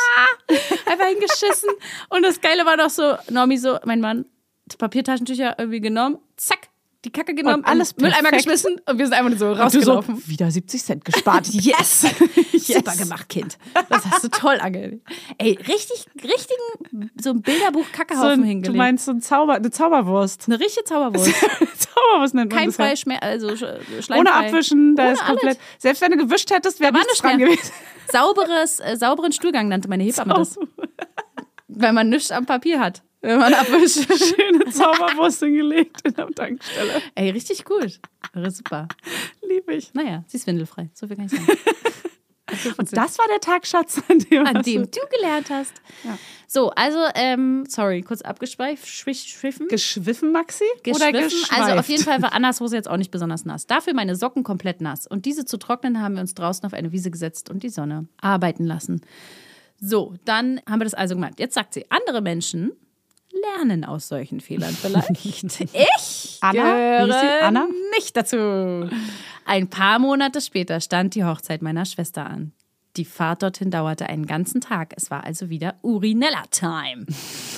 [SPEAKER 2] (laughs) einfach hingeschissen. Und das Geile war doch so, Normi so, mein Mann, Papiertaschentücher irgendwie genommen, zack, die Kacke genommen,
[SPEAKER 1] Und alles
[SPEAKER 2] in den Mülleimer
[SPEAKER 1] perfekt.
[SPEAKER 2] geschmissen und wir sind einfach nur so
[SPEAKER 1] Und du Also so,
[SPEAKER 2] rausgelaufen.
[SPEAKER 1] wieder 70 Cent gespart. (laughs) Yes!
[SPEAKER 2] Super gemacht, Kind. Das hast du toll angelegt. Ey, richtig, richtigen, so
[SPEAKER 1] So
[SPEAKER 2] ein Bilderbuch-Kackehaufen
[SPEAKER 1] ein,
[SPEAKER 2] hingelegt.
[SPEAKER 1] du meinst so ein Zauber, eine Zauberwurst.
[SPEAKER 2] eine
[SPEAKER 1] (laughs)
[SPEAKER 2] richtige Zauberwurst.
[SPEAKER 1] Zauberwurst nennt man
[SPEAKER 2] Kein
[SPEAKER 1] das ja.
[SPEAKER 2] freier Schmerz, also sch- schleimfrei.
[SPEAKER 1] Ohne Abwischen, da
[SPEAKER 2] Ohne
[SPEAKER 1] ist komplett. Selbst wenn du gewischt hättest, wäre
[SPEAKER 2] war
[SPEAKER 1] nichts
[SPEAKER 2] nichts
[SPEAKER 1] dran
[SPEAKER 2] mehr. (laughs)
[SPEAKER 1] gewesen.
[SPEAKER 2] alles. Sauberes, äh, sauberen Stuhlgang nannte meine Hebamme
[SPEAKER 1] (laughs)
[SPEAKER 2] das. Weil man nichts am Papier hat, wenn man abwischt.
[SPEAKER 1] Schöne Zauberwurst hingelegt in der Tankstelle.
[SPEAKER 2] Ey, richtig gut. Super.
[SPEAKER 1] Lieb ich.
[SPEAKER 2] Naja, sie ist windelfrei. So viel kann
[SPEAKER 1] (laughs)
[SPEAKER 2] ich sagen.
[SPEAKER 1] Und das war der Tag, Schatz, an dem,
[SPEAKER 2] An
[SPEAKER 1] hast
[SPEAKER 2] dem
[SPEAKER 1] du
[SPEAKER 2] du gelernt hast. So, also, ähm, sorry, kurz abgespeift, schwiffen.
[SPEAKER 1] geschwiffen, Maxi? Oder geschweift?
[SPEAKER 2] Also auf jeden
[SPEAKER 1] (laughs)
[SPEAKER 2] Fall war Annas Hose jetzt auch nicht besonders nass. Dafür meine Socken komplett nass. Und diese zu trocknen haben wir uns draußen auf eine Wiese gesetzt und die Sonne arbeiten lassen. So, dann haben wir das also gemacht. Jetzt sagt sie, andere Menschen lernen aus
[SPEAKER 1] (laughs)
[SPEAKER 2] solchen Fehlern vielleicht. ich
[SPEAKER 1] Anna? Wie hieß sie?
[SPEAKER 2] gehöre
[SPEAKER 1] Anna?
[SPEAKER 2] nicht dazu. Ein paar Monate später stand die Hochzeit meiner Schwester an. Die Fahrt dorthin dauerte einen ganzen Tag. Es war also wieder Urinella-Time.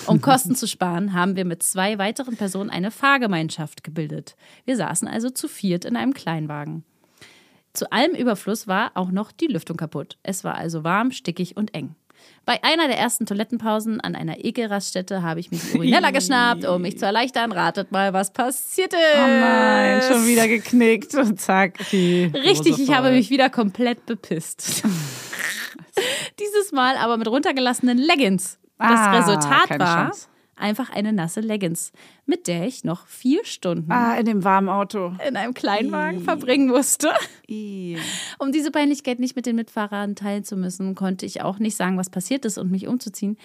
[SPEAKER 2] Um Kosten zu sparen, haben wir mit zwei weiteren Personen eine Fahrgemeinschaft gebildet. Wir saßen also zu viert in einem Kleinwagen. Zu allem Überfluss war auch noch die Lüftung kaputt. Es war also warm, stickig und eng. Bei einer der ersten Toilettenpausen an einer Ekelraststätte habe ich mir die Urinella geschnappt, um mich zu erleichtern. Ratet mal, was passiert ist.
[SPEAKER 1] Oh nein, schon wieder geknickt und zack. Die
[SPEAKER 2] Richtig,
[SPEAKER 1] Hose
[SPEAKER 2] ich habe
[SPEAKER 1] voll.
[SPEAKER 2] mich wieder
[SPEAKER 1] (laughs)
[SPEAKER 2] komplett bepisst. Dieses Mal aber mit runtergelassenen Leggings. Das
[SPEAKER 1] Ah,
[SPEAKER 2] Resultat
[SPEAKER 1] keine
[SPEAKER 2] war
[SPEAKER 1] Chance.
[SPEAKER 2] einfach eine nasse Leggings, mit der ich noch vier Stunden
[SPEAKER 1] Ah, in dem warmen Auto.
[SPEAKER 2] in einem Kleinwagen verbringen musste. Um diese Peinlichkeit nicht mit den Mitfahrern teilen zu müssen, konnte ich auch nicht sagen, was passiert ist und mich umzuziehen.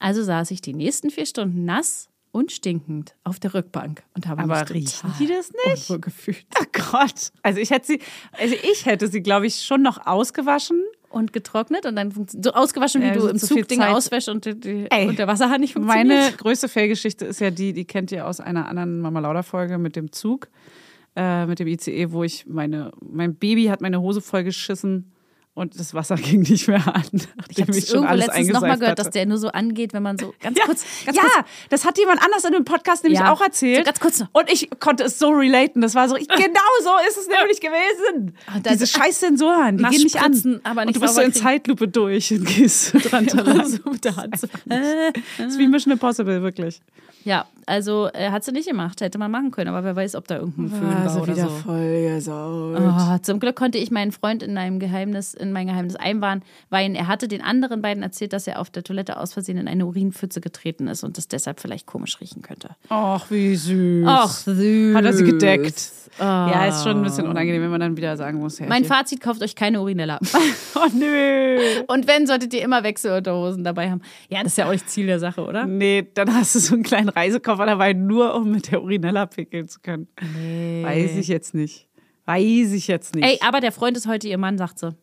[SPEAKER 2] Also saß ich die nächsten vier Stunden nass und stinkend auf der Rückbank und habe
[SPEAKER 1] Aber
[SPEAKER 2] mich
[SPEAKER 1] riechen
[SPEAKER 2] total
[SPEAKER 1] die das nicht?
[SPEAKER 2] unwohl gefühlt
[SPEAKER 1] Oh Gott. Also ich hätte sie, also ich hätte sie, glaube ich, schon noch ausgewaschen.
[SPEAKER 2] und getrocknet und dann funktio- so ausgewaschen, wie
[SPEAKER 1] Ja,
[SPEAKER 2] du
[SPEAKER 1] so
[SPEAKER 2] im
[SPEAKER 1] zu
[SPEAKER 2] Zug
[SPEAKER 1] viel
[SPEAKER 2] Dinge
[SPEAKER 1] Zeit.
[SPEAKER 2] auswäschst und, die- die,
[SPEAKER 1] Ey,
[SPEAKER 2] und der Wasserhahn nicht funktioniert.
[SPEAKER 1] Meine größte Fail-Geschichte ist ja die, die kennt ihr aus einer anderen Mama Lauda-Folge mit dem E, Zug, äh, mit dem ICE, wo ich meine, mein Baby hat meine Hose vollgeschissen Und das Wasser (laughs) ging nicht mehr an.
[SPEAKER 2] Ich habe irgendwo letztens nochmal gehört, dass der nur so angeht, wenn man
[SPEAKER 1] (laughs)
[SPEAKER 2] so ganz
[SPEAKER 1] ja,
[SPEAKER 2] kurz. Ganz
[SPEAKER 1] ja,
[SPEAKER 2] kurz,
[SPEAKER 1] das hat jemand anders in einem Podcast nämlich
[SPEAKER 2] Ja.
[SPEAKER 1] auch erzählt.
[SPEAKER 2] So ganz kurz noch.
[SPEAKER 1] Und ich konnte es so relaten. Das war so, ich, genau so ist es nämlich gewesen.
[SPEAKER 2] Und dann
[SPEAKER 1] Diese
[SPEAKER 2] so,
[SPEAKER 1] scheiß Sensoren, die
[SPEAKER 2] nass
[SPEAKER 1] gehen nicht an.
[SPEAKER 2] Ah, spritzen, aber
[SPEAKER 1] und
[SPEAKER 2] nicht
[SPEAKER 1] du bist so
[SPEAKER 2] sauber
[SPEAKER 1] in
[SPEAKER 2] kriegen.
[SPEAKER 1] Zeitlupe durch und gehst dran dran.
[SPEAKER 2] so mit der Hand. so.
[SPEAKER 1] Das ist wie Mission Impossible, wirklich.
[SPEAKER 2] Ja, also äh, hat sie nicht gemacht, hätte man machen können, aber wer weiß, ob da irgendein Föhn war oder Ah, so.
[SPEAKER 1] voll gesaut.
[SPEAKER 2] Oh, zum Glück konnte ich meinen Freund in einem Geheimnis, in mein Geheimnis einweihen, weil er hatte den anderen beiden erzählt, dass er auf der Toilette aus Versehen in eine Urinpfütze getreten ist und das deshalb vielleicht komisch riechen könnte.
[SPEAKER 1] Ach, wie süß.
[SPEAKER 2] süß.
[SPEAKER 1] Hat er sie gedeckt. Ja, ist schon ein bisschen unangenehm, wenn man dann wieder sagen muss, ja.
[SPEAKER 2] Mein
[SPEAKER 1] hier.
[SPEAKER 2] Fazit, kauft euch keine Urinella. (laughs)
[SPEAKER 1] Oh, nö.
[SPEAKER 2] Und wenn, solltet ihr immer Wechselunterhosen dabei haben. Ja, das ist ja auch nicht Ziel der Sache, oder?
[SPEAKER 1] Nee, dann hast du so einen kleinen Reisekoffer dabei, nur um mit der Urinella pickeln zu können. Nee. Weiß ich jetzt nicht. Weiß ich jetzt nicht.
[SPEAKER 2] Ey, aber der Freund ist heute ihr Mann, sagt sie. Ne?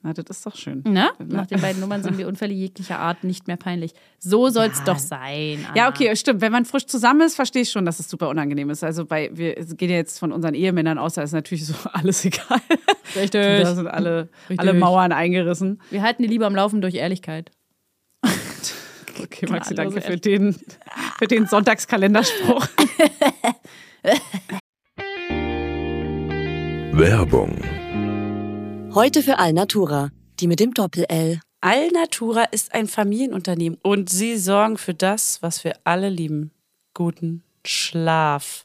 [SPEAKER 1] Na, das ist doch schön.
[SPEAKER 2] Na? Nach den beiden Nummern sind mir Unfälle jeglicher Art nicht mehr peinlich. So soll es doch sein. Anna.
[SPEAKER 1] Ja, okay, stimmt. Wenn man frisch zusammen ist, verstehe ich schon, dass es super unangenehm ist. Also bei, wir gehen ja jetzt von unseren Ehemännern aus, da ist natürlich so (laughs) alles egal.
[SPEAKER 2] Richtig.
[SPEAKER 1] Da sind alle, alle Mauern eingerissen. (laughs)
[SPEAKER 2] Wir halten die lieber am Laufen durch Ehrlichkeit.
[SPEAKER 1] Okay, Maxi,
[SPEAKER 2] Gnadenlose
[SPEAKER 1] danke für den, für den Sonntagskalenderspruch.
[SPEAKER 5] Werbung.
[SPEAKER 3] Heute für Alnatura, die mit dem Doppel-L.
[SPEAKER 6] Alnatura ist ein Familienunternehmen und sie sorgen für das, was wir alle lieben. Guten Schlaf.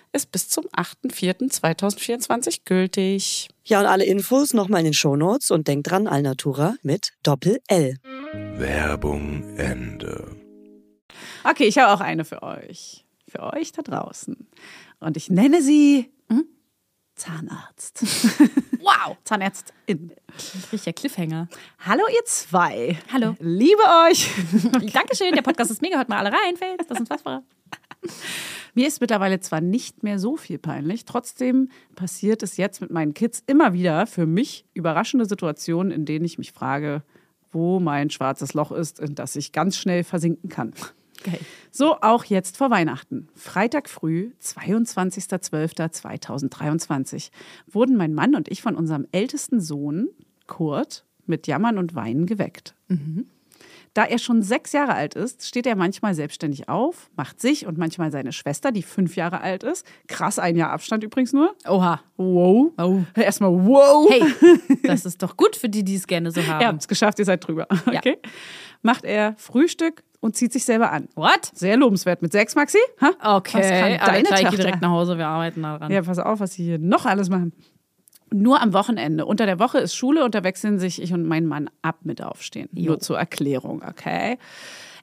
[SPEAKER 6] ist bis zum 8.4.2024 gültig.
[SPEAKER 7] Ja, und alle Infos nochmal in den Shownotes und denkt dran, Alnatura mit Doppel-L.
[SPEAKER 5] Werbung Ende.
[SPEAKER 1] Okay, ich habe auch eine für euch. Für euch da draußen. Und ich nenne sie hm? Zahnarzt.
[SPEAKER 2] Wow.
[SPEAKER 1] (laughs) Zahnärztin.
[SPEAKER 2] Das riecht ja Cliffhanger.
[SPEAKER 1] Hallo, ihr zwei.
[SPEAKER 2] Hallo.
[SPEAKER 1] Liebe euch.
[SPEAKER 2] Dankeschön, der Podcast ist mega. Hört mal alle rein, Fels. Das ist unfassbar.
[SPEAKER 1] Mir ist mittlerweile zwar nicht mehr so viel peinlich, trotzdem passiert es jetzt mit meinen Kids immer wieder für mich überraschende Situationen, in denen ich mich frage, wo mein schwarzes Loch ist, in das ich ganz schnell versinken kann.
[SPEAKER 2] Geil.
[SPEAKER 1] So auch jetzt vor Weihnachten. Freitag früh, 22.12.2023, wurden mein Mann und ich von unserem ältesten Sohn, Kurt, mit Jammern und Weinen geweckt. Da er schon sechs Jahre alt ist, steht er manchmal selbstständig auf, macht sich und manchmal seine Schwester, die fünf Jahre alt ist, krass ein Jahr Abstand übrigens nur.
[SPEAKER 2] Oha.
[SPEAKER 1] Wow.
[SPEAKER 2] Oh.
[SPEAKER 1] Erstmal wow.
[SPEAKER 2] Hey,
[SPEAKER 1] (laughs)
[SPEAKER 2] das ist doch gut für die, die es gerne so
[SPEAKER 1] Ihr
[SPEAKER 2] haben.
[SPEAKER 1] habt's geschafft, ihr seid drüber. Okay. Macht er Frühstück und zieht sich selber an.
[SPEAKER 2] What?
[SPEAKER 1] Sehr lobenswert mit sechs, Maxi. Ha?
[SPEAKER 2] Okay,
[SPEAKER 1] Was kann
[SPEAKER 2] alle
[SPEAKER 1] deine
[SPEAKER 2] gleich
[SPEAKER 1] Tochter?
[SPEAKER 2] direkt nach Hause, wir arbeiten daran.
[SPEAKER 1] Ja, pass auf, was sie hier noch alles machen. Nur am Wochenende. Unter der Woche ist Schule und da wechseln sich ich und mein Mann ab mit Aufstehen. Nur zur Erklärung, okay?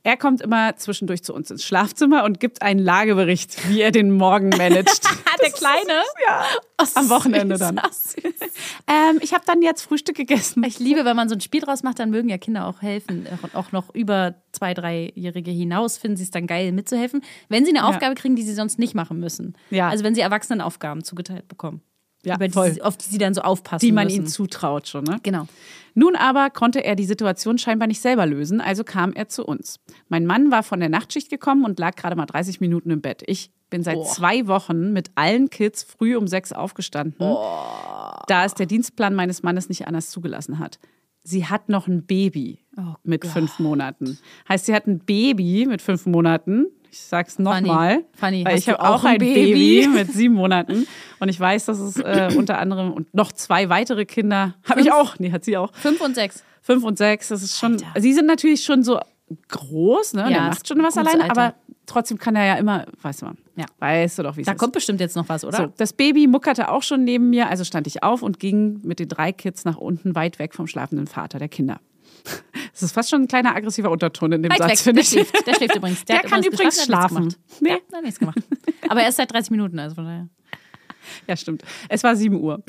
[SPEAKER 1] Er kommt immer zwischendurch zu uns ins Schlafzimmer und gibt einen Lagebericht, wie er den Morgen managt.
[SPEAKER 2] der Kleine?
[SPEAKER 1] ja. Am Wochenende dann. (laughs) Ähm, ich habe dann jetzt Frühstück gegessen.
[SPEAKER 2] Ich liebe, wenn man so ein Spiel draus macht, dann mögen ja Kinder auch helfen. Auch- Auch noch über zwei, dreijährige hinaus finden sie es dann geil, mitzuhelfen, wenn sie eine Aufgabe kriegen, die sie sonst nicht machen müssen.
[SPEAKER 1] Ja.
[SPEAKER 2] Also wenn sie Erwachsenenaufgaben zugeteilt bekommen,
[SPEAKER 1] Ja,
[SPEAKER 2] über die,
[SPEAKER 1] voll.
[SPEAKER 2] sie- auf die sie dann so aufpassen
[SPEAKER 1] die man
[SPEAKER 2] müssen.
[SPEAKER 1] ihm zutraut schon. Ne?
[SPEAKER 2] Genau.
[SPEAKER 1] Nun aber konnte er die Situation scheinbar nicht selber lösen, also kam er zu uns. Mein Mann war von der Nachtschicht gekommen und lag gerade mal 30 Minuten im Bett. Ich bin seit zwei Wochen mit allen Kids früh um sechs aufgestanden, da es der Dienstplan meines Mannes nicht anders zugelassen hat. Sie hat noch ein Baby mit fünf Monaten. Heißt, sie hat ein Baby mit fünf Monaten. Ich sag's
[SPEAKER 2] Fanny,
[SPEAKER 1] nochmal.
[SPEAKER 2] Fanny,
[SPEAKER 1] weil
[SPEAKER 2] hast
[SPEAKER 1] ich
[SPEAKER 2] du
[SPEAKER 1] habe auch ein Baby (laughs) mit sieben Monaten. Und ich weiß, dass es äh, unter anderem und noch zwei weitere Kinder habe ich auch. Nee, hat sie auch.
[SPEAKER 2] Fünf und sechs.
[SPEAKER 1] Fünf und sechs, das ist schon. Sie sind natürlich schon so groß, ne?
[SPEAKER 2] Ja,
[SPEAKER 1] der
[SPEAKER 2] ist
[SPEAKER 1] macht schon was
[SPEAKER 2] gutes
[SPEAKER 1] alleine,
[SPEAKER 2] Alter.
[SPEAKER 1] aber trotzdem kann er ja immer, weißt du mal,
[SPEAKER 2] Ja.
[SPEAKER 1] weißt du doch, wie es
[SPEAKER 2] Da
[SPEAKER 1] ist.
[SPEAKER 2] kommt bestimmt jetzt noch was, oder?
[SPEAKER 1] So, das Baby muckerte auch schon neben mir, also stand ich auf und ging mit den drei Kids nach unten, weit weg vom schlafenden Vater der Kinder. (laughs) Das ist fast schon ein kleiner aggressiver Unterton in dem
[SPEAKER 2] Weit
[SPEAKER 1] Satz,
[SPEAKER 2] weg.
[SPEAKER 1] finde
[SPEAKER 2] Der
[SPEAKER 1] ich.
[SPEAKER 2] schläft. Der schläft übrigens.
[SPEAKER 1] Der,
[SPEAKER 2] hat
[SPEAKER 1] kann übrigens
[SPEAKER 2] geschlafen, der
[SPEAKER 1] schlafen.
[SPEAKER 2] hat nichts gemacht.
[SPEAKER 1] Nee.
[SPEAKER 2] Ja, der hat nichts gemacht.
[SPEAKER 1] (laughs)
[SPEAKER 2] Aber er ist seit 30 Minuten, also von daher.
[SPEAKER 1] (laughs) Ja, stimmt. Es war 7 Uhr.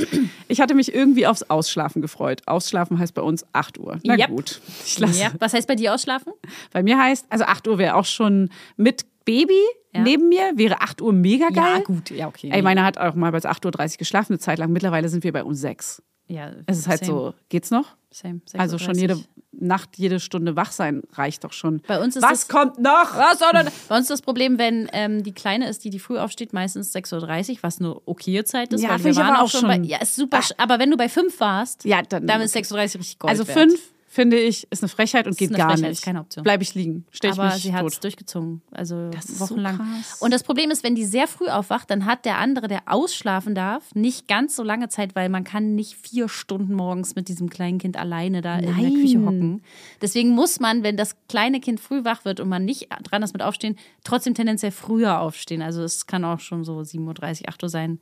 [SPEAKER 1] Ich hatte mich irgendwie aufs Ausschlafen gefreut. Ausschlafen heißt bei uns 8 Uhr. Na
[SPEAKER 2] Yep.
[SPEAKER 1] gut. Ich lasse.
[SPEAKER 2] Ja. Was heißt bei dir ausschlafen?
[SPEAKER 1] Bei mir heißt, also 8 Uhr wäre auch schon mit Baby
[SPEAKER 2] Ja.
[SPEAKER 1] neben mir, wäre 8 Uhr mega geil.
[SPEAKER 2] gut. Ja, okay.
[SPEAKER 1] Ey, meine hat auch mal bis 8.30 Uhr geschlafen, eine Zeit lang. Mittlerweile sind wir bei um 6.
[SPEAKER 2] ja,
[SPEAKER 1] Es ist halt
[SPEAKER 2] same,
[SPEAKER 1] so, geht's noch?
[SPEAKER 2] Same,
[SPEAKER 1] Also schon
[SPEAKER 2] 36.
[SPEAKER 1] jede Nacht, jede Stunde wach sein reicht doch schon.
[SPEAKER 2] Bei uns ist
[SPEAKER 1] Was
[SPEAKER 2] das-
[SPEAKER 1] kommt noch?
[SPEAKER 2] Was soll
[SPEAKER 1] Hm.
[SPEAKER 2] denn? Bei uns ist das Problem, wenn ähm, die Kleine ist, die die früh aufsteht, meistens 6.30 Uhr, was eine okaye Zeit ist.
[SPEAKER 1] Ja,
[SPEAKER 2] weil
[SPEAKER 1] finde
[SPEAKER 2] wir
[SPEAKER 1] ich
[SPEAKER 2] waren
[SPEAKER 1] aber
[SPEAKER 2] auch
[SPEAKER 1] auch
[SPEAKER 2] schon
[SPEAKER 1] schon- Ah.
[SPEAKER 2] bei, Ja, ist super. sch- Aber wenn du bei 5 warst,
[SPEAKER 1] Ja, dann-
[SPEAKER 2] ist 6.30 Uhr richtig Gold
[SPEAKER 1] Also
[SPEAKER 2] wert.
[SPEAKER 1] 5, finde ich, ist eine Frechheit und geht
[SPEAKER 2] eine
[SPEAKER 1] gar
[SPEAKER 2] Frechheit,
[SPEAKER 1] nicht.
[SPEAKER 2] ist keine Option.
[SPEAKER 1] Bleib ich liegen, stell ich
[SPEAKER 2] aber
[SPEAKER 1] mich
[SPEAKER 2] sie hat es
[SPEAKER 1] tot.
[SPEAKER 2] durchgezogen, also
[SPEAKER 1] ist so
[SPEAKER 2] wochenlang.
[SPEAKER 1] krass.
[SPEAKER 2] Und das Problem ist, wenn die sehr früh aufwacht, dann hat der andere, der ausschlafen darf, nicht ganz so lange Zeit, weil man kann nicht vier Stunden morgens mit diesem kleinen Kind alleine da in der Küche hocken. Deswegen muss man, wenn das kleine Kind früh wach wird und man nicht dran ist mit Aufstehen, trotzdem tendenziell früher aufstehen. Also es kann auch schon so 7.30 Uhr, 8 Uhr sein.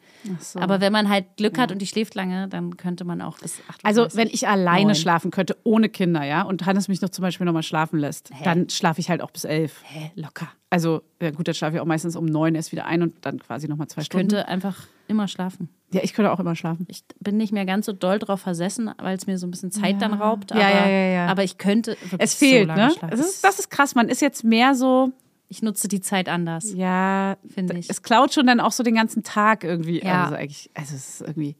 [SPEAKER 2] Aber wenn man halt Glück hat und die schläft lange, dann könnte man auch bis 8 Uhr.
[SPEAKER 1] Also wenn ich alleine
[SPEAKER 2] Neun.
[SPEAKER 1] schlafen könnte, ohne Kinder, ja, und Hannes mich noch zum Beispiel nochmal schlafen lässt, dann schlafe ich halt auch bis elf.
[SPEAKER 2] Hä, locker.
[SPEAKER 1] Also, ja gut, dann schlafe ich auch meistens um neun erst wieder ein und dann quasi nochmal zwei
[SPEAKER 2] Ich
[SPEAKER 1] Stunden.
[SPEAKER 2] könnte einfach immer schlafen.
[SPEAKER 1] Ja, ich könnte auch immer schlafen.
[SPEAKER 2] ich bin nicht mehr ganz so doll drauf versessen, weil es mir so ein bisschen Zeit dann raubt. Aber,
[SPEAKER 1] Ja, ja, ja, ja.
[SPEAKER 2] aber ich könnte. wirklich
[SPEAKER 1] Es fehlt,
[SPEAKER 2] so lange
[SPEAKER 1] ne?
[SPEAKER 2] schlafen.
[SPEAKER 1] Es ist, das ist krass. Man ist jetzt mehr so,
[SPEAKER 2] ich nutze die Zeit anders.
[SPEAKER 1] ja,
[SPEAKER 2] Finde ich.
[SPEAKER 1] Es klaut schon dann auch so den ganzen Tag irgendwie.
[SPEAKER 2] Ja.
[SPEAKER 1] Also eigentlich, also es ist irgendwie,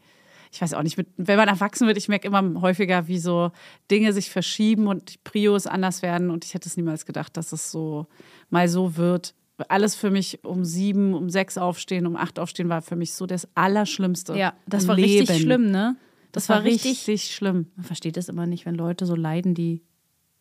[SPEAKER 1] ich weiß auch nicht, mit, wenn man erwachsen wird, ich merke immer häufiger, wie so Dinge sich verschieben und die Prios anders werden. Und ich hätte es niemals gedacht, dass es so mal so wird. Alles für mich um sieben, um sechs aufstehen, um acht aufstehen war für mich so das Allerschlimmste.
[SPEAKER 2] Ja, das
[SPEAKER 1] im
[SPEAKER 2] war richtig
[SPEAKER 1] Leben.
[SPEAKER 2] schlimm, ne?
[SPEAKER 1] Das, war richtig, richtig schlimm.
[SPEAKER 2] Man versteht das immer nicht, wenn Leute so leiden, die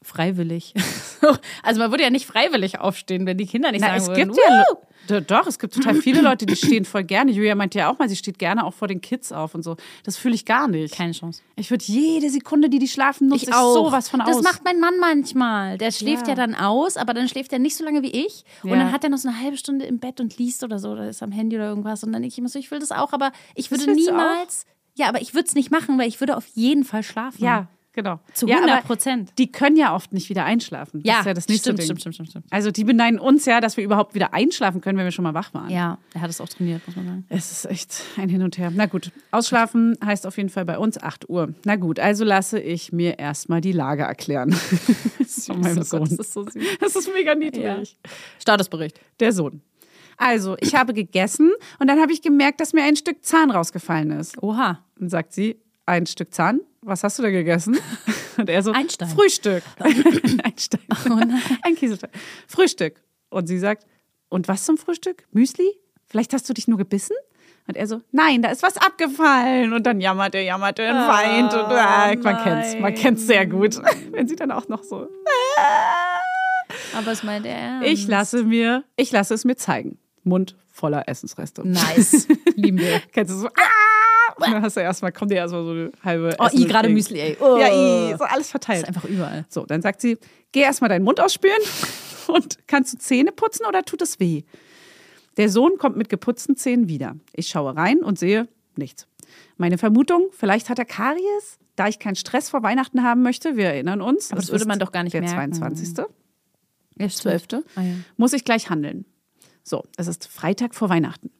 [SPEAKER 2] freiwillig. (laughs) also man würde ja nicht freiwillig aufstehen, wenn die Kinder nicht
[SPEAKER 1] Na,
[SPEAKER 2] sagen
[SPEAKER 1] es
[SPEAKER 2] würden.
[SPEAKER 1] gibt ja Lo- Do- doch, es gibt total viele Leute, die stehen voll gerne. Julia meinte ja auch mal, sie steht gerne auch vor den Kids auf und so. Das fühle ich gar nicht.
[SPEAKER 2] Keine Chance.
[SPEAKER 1] ich würde jede Sekunde, die die schlafen, nutze ich, sowas von aus.
[SPEAKER 2] Das macht mein Mann manchmal. Der schläft ja.
[SPEAKER 1] Ja.
[SPEAKER 2] dann aus, aber dann schläft er nicht so lange wie ich. Und
[SPEAKER 1] Ja.
[SPEAKER 2] dann hat er noch so eine halbe Stunde im Bett und liest oder so oder ist am Handy oder irgendwas. Und dann denke ich immer so, ich will das auch, aber ich würde
[SPEAKER 1] willst du auch?
[SPEAKER 2] niemals. Ja, aber ich würde es nicht machen, weil ich würde auf jeden Fall schlafen.
[SPEAKER 1] ja, genau.
[SPEAKER 2] Zu
[SPEAKER 1] Ja, aber
[SPEAKER 2] 100%.
[SPEAKER 1] Die können ja oft nicht wieder einschlafen. Das
[SPEAKER 2] Ja,
[SPEAKER 1] ist ja das nächste
[SPEAKER 2] stimmt,
[SPEAKER 1] Ding.
[SPEAKER 2] stimmt, stimmt, stimmt, stimmt.
[SPEAKER 1] Also die beneiden uns ja, dass wir überhaupt wieder einschlafen können, wenn wir schon mal wach waren.
[SPEAKER 2] Ja, er hat es auch trainiert, muss man sagen.
[SPEAKER 1] Es ist echt ein Hin und Her. Na gut, ausschlafen heißt auf jeden Fall bei uns 8 Uhr. Na gut, also lasse ich mir erstmal die Lage erklären. (laughs) Von meinem
[SPEAKER 2] Oh
[SPEAKER 1] Sohn.
[SPEAKER 2] Gott, das ist so süß.
[SPEAKER 1] Das ist mega niedlich.
[SPEAKER 2] Statusbericht.
[SPEAKER 1] Der Sohn. Also, ich habe gegessen und dann habe ich gemerkt, dass mir ein Stück Zahn rausgefallen ist.
[SPEAKER 2] Oha.
[SPEAKER 1] Und sagt sie, ein Stück Zahn? Was hast du da
[SPEAKER 2] (laughs)
[SPEAKER 1] gegessen? Und er so,
[SPEAKER 2] Einstein. (laughs) Oh
[SPEAKER 1] Frühstück. (laughs) Einstein. Ein Käsestein. Frühstück. Und sie sagt, und was zum Frühstück? Müsli? Vielleicht hast du dich nur gebissen? Und er so, nein, da ist was abgefallen. Und dann jammert er, jammert er und weint. Und, ah,
[SPEAKER 2] Oh
[SPEAKER 1] man kennt's, man kennt's sehr gut. (laughs) Wenn sie dann auch noch so,
[SPEAKER 2] Aber es meint er.
[SPEAKER 1] ich lasse mir, ich lasse es mir zeigen. Mund voller Essensreste.
[SPEAKER 2] Nice. Lieben wir.
[SPEAKER 1] (laughs) Kennst du so, ah! Und dann hast du erstmal, kommt dir erstmal so eine halbe.
[SPEAKER 2] Oh, i,
[SPEAKER 1] Essensding.
[SPEAKER 2] gerade Müsli, ey. Oh.
[SPEAKER 1] Ja, i, so alles
[SPEAKER 2] Das
[SPEAKER 1] verteilt.
[SPEAKER 2] ist einfach überall.
[SPEAKER 1] So, dann sagt sie, geh erstmal deinen Mund ausspülen (laughs) und kannst du Zähne putzen oder tut es weh? Der Sohn kommt mit geputzten Zähnen wieder. Ich schaue rein und sehe nichts. Meine Vermutung, vielleicht hat er Karies, da ich keinen Stress vor Weihnachten haben möchte. Wir erinnern uns.
[SPEAKER 2] Aber das würde
[SPEAKER 1] ist
[SPEAKER 2] man doch gar nicht
[SPEAKER 1] der
[SPEAKER 2] merken.
[SPEAKER 1] 22.
[SPEAKER 2] Ja,
[SPEAKER 1] 12.
[SPEAKER 2] stimmt. Ah, ja.
[SPEAKER 1] Muss ich gleich handeln. So, es ist Freitag vor Weihnachten.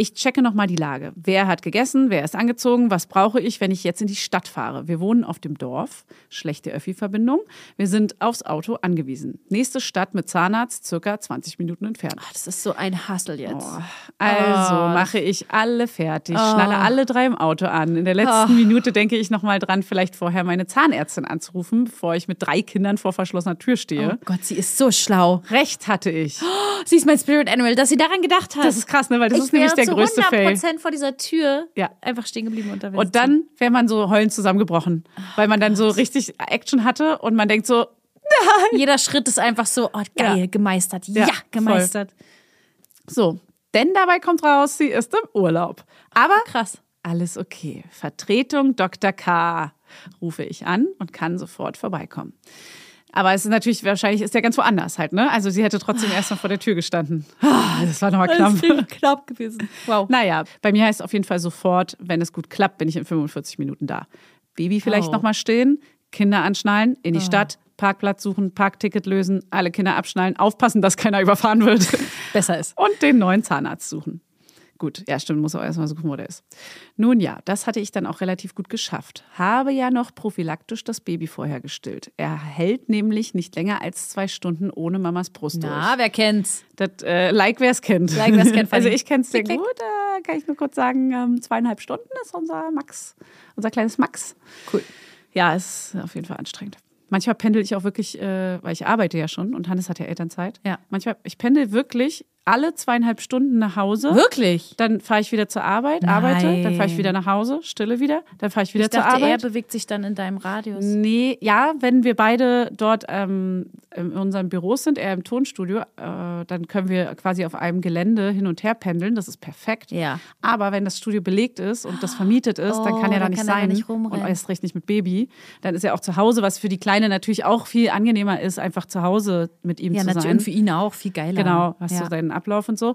[SPEAKER 1] Ich checke nochmal die Lage. Wer hat gegessen? Wer ist angezogen? Was brauche ich, wenn ich jetzt in die Stadt fahre? Wir wohnen auf dem Dorf. Schlechte Öffi-Verbindung. Wir sind aufs Auto angewiesen. Nächste Stadt mit Zahnarzt, circa 20 Minuten entfernt.
[SPEAKER 2] Ah, Das ist so ein Hassel jetzt.
[SPEAKER 1] Also mache ich alle fertig, schnalle alle drei im Auto an. In der letzten Minute denke ich nochmal dran, vielleicht vorher meine Zahnärztin anzurufen, bevor ich mit drei Kindern vor verschlossener Tür
[SPEAKER 2] Oh
[SPEAKER 1] stehe.
[SPEAKER 2] Gott, sie ist so schlau.
[SPEAKER 1] Recht hatte ich.
[SPEAKER 2] Sie ist mein Spirit Animal, dass sie daran gedacht hat.
[SPEAKER 1] Das ist krass, ne? Weil das
[SPEAKER 2] ich
[SPEAKER 1] ist nämlich der
[SPEAKER 2] wäre
[SPEAKER 1] größte
[SPEAKER 2] zu
[SPEAKER 1] Fail.
[SPEAKER 2] 100% vor dieser Tür
[SPEAKER 1] Ja.
[SPEAKER 2] einfach stehen geblieben und da wäre sie
[SPEAKER 1] Und dann wäre man so heulend zusammengebrochen, weil man dann so richtig Action hatte und man denkt so, (laughs)
[SPEAKER 2] zu- jeder Schritt ist einfach so, oh geil,
[SPEAKER 1] Ja.
[SPEAKER 2] gemeistert.
[SPEAKER 1] Ja,
[SPEAKER 2] Ja, gemeistert.
[SPEAKER 1] so. Denn dabei kommt raus, sie ist im Urlaub. Aber
[SPEAKER 2] Krass.
[SPEAKER 1] Alles okay. Vertretung Dr. K. rufe ich an und kann sofort vorbeikommen. Aber es ist natürlich, wahrscheinlich ist der ganz woanders halt, ne? Also sie hätte
[SPEAKER 2] Ah.
[SPEAKER 1] trotzdem erst noch vor der Tür gestanden. Ah, Das war nochmal knapp.
[SPEAKER 2] knapp gewesen. Wow.
[SPEAKER 1] Naja, bei mir heißt es auf jeden Fall sofort, wenn es gut klappt, bin ich in 45 Minuten da. Baby vielleicht
[SPEAKER 2] Oh. Ah.
[SPEAKER 1] nochmal stillen, Kinder anschnallen, in die Stadt, Parkplatz suchen, Parkticket lösen, alle Kinder abschnallen, aufpassen, dass keiner (laughs) überfahren wird.
[SPEAKER 2] Besser ist.
[SPEAKER 1] Und den neuen Zahnarzt suchen. Gut, ja, stimmt, muss auch erstmal suchen, wo der ist. Nun ja, das hatte ich dann auch relativ gut geschafft. Habe ja noch prophylaktisch das Baby vorher gestillt. Er hält nämlich nicht länger als zwei Stunden ohne Mamas Brust durch.
[SPEAKER 2] Na, wer kennt's?
[SPEAKER 1] Das, äh, like, wer's kennt.
[SPEAKER 2] Like,
[SPEAKER 1] (laughs)
[SPEAKER 2] wer's kennt,
[SPEAKER 1] also
[SPEAKER 2] Fanny.
[SPEAKER 1] ich kenn's sehr
[SPEAKER 2] Klick, klick.
[SPEAKER 1] gut. Äh, kann ich nur kurz sagen, ähm, zweieinhalb Stunden ist unser Max, unser kleines Max.
[SPEAKER 2] Cool.
[SPEAKER 1] Ja, ist auf jeden Fall anstrengend. Manchmal pendel ich auch wirklich, äh, weil ich arbeite ja schon und Hannes hat ja Elternzeit.
[SPEAKER 2] Ja.
[SPEAKER 1] Manchmal, ich pendel wirklich alle zweieinhalb Stunden nach Hause.
[SPEAKER 2] Wirklich?
[SPEAKER 1] Dann fahre ich wieder zur Arbeit, arbeite, dann fahre ich
[SPEAKER 2] Nein.
[SPEAKER 1] wieder nach Hause, stille wieder, dann fahre ich wieder
[SPEAKER 2] Ich
[SPEAKER 1] zur
[SPEAKER 2] dachte, er
[SPEAKER 1] Arbeit.
[SPEAKER 2] bewegt sich dann in deinem Radius.
[SPEAKER 1] Nee, ja, wenn wir beide dort ähm, in unseren Büros sind, er im Tonstudio, äh, dann können wir quasi auf einem Gelände hin und her pendeln. Das ist perfekt.
[SPEAKER 2] Ja.
[SPEAKER 1] Aber wenn das Studio belegt ist und das vermietet ist, dann
[SPEAKER 2] Oh,
[SPEAKER 1] kann er da
[SPEAKER 2] dann
[SPEAKER 1] nicht
[SPEAKER 2] kann er da
[SPEAKER 1] sein.
[SPEAKER 2] nicht
[SPEAKER 1] und
[SPEAKER 2] rumrennen.
[SPEAKER 1] erst recht nicht mit Baby. Dann ist er auch zu Hause, was für die Kleine natürlich auch viel angenehmer ist, einfach zu Hause mit ihm
[SPEAKER 2] Ja,
[SPEAKER 1] zu
[SPEAKER 2] natürlich.
[SPEAKER 1] sein.
[SPEAKER 2] Und für ihn auch viel geiler.
[SPEAKER 1] Genau, hast
[SPEAKER 2] ja.
[SPEAKER 1] du deinen Ablauf und so.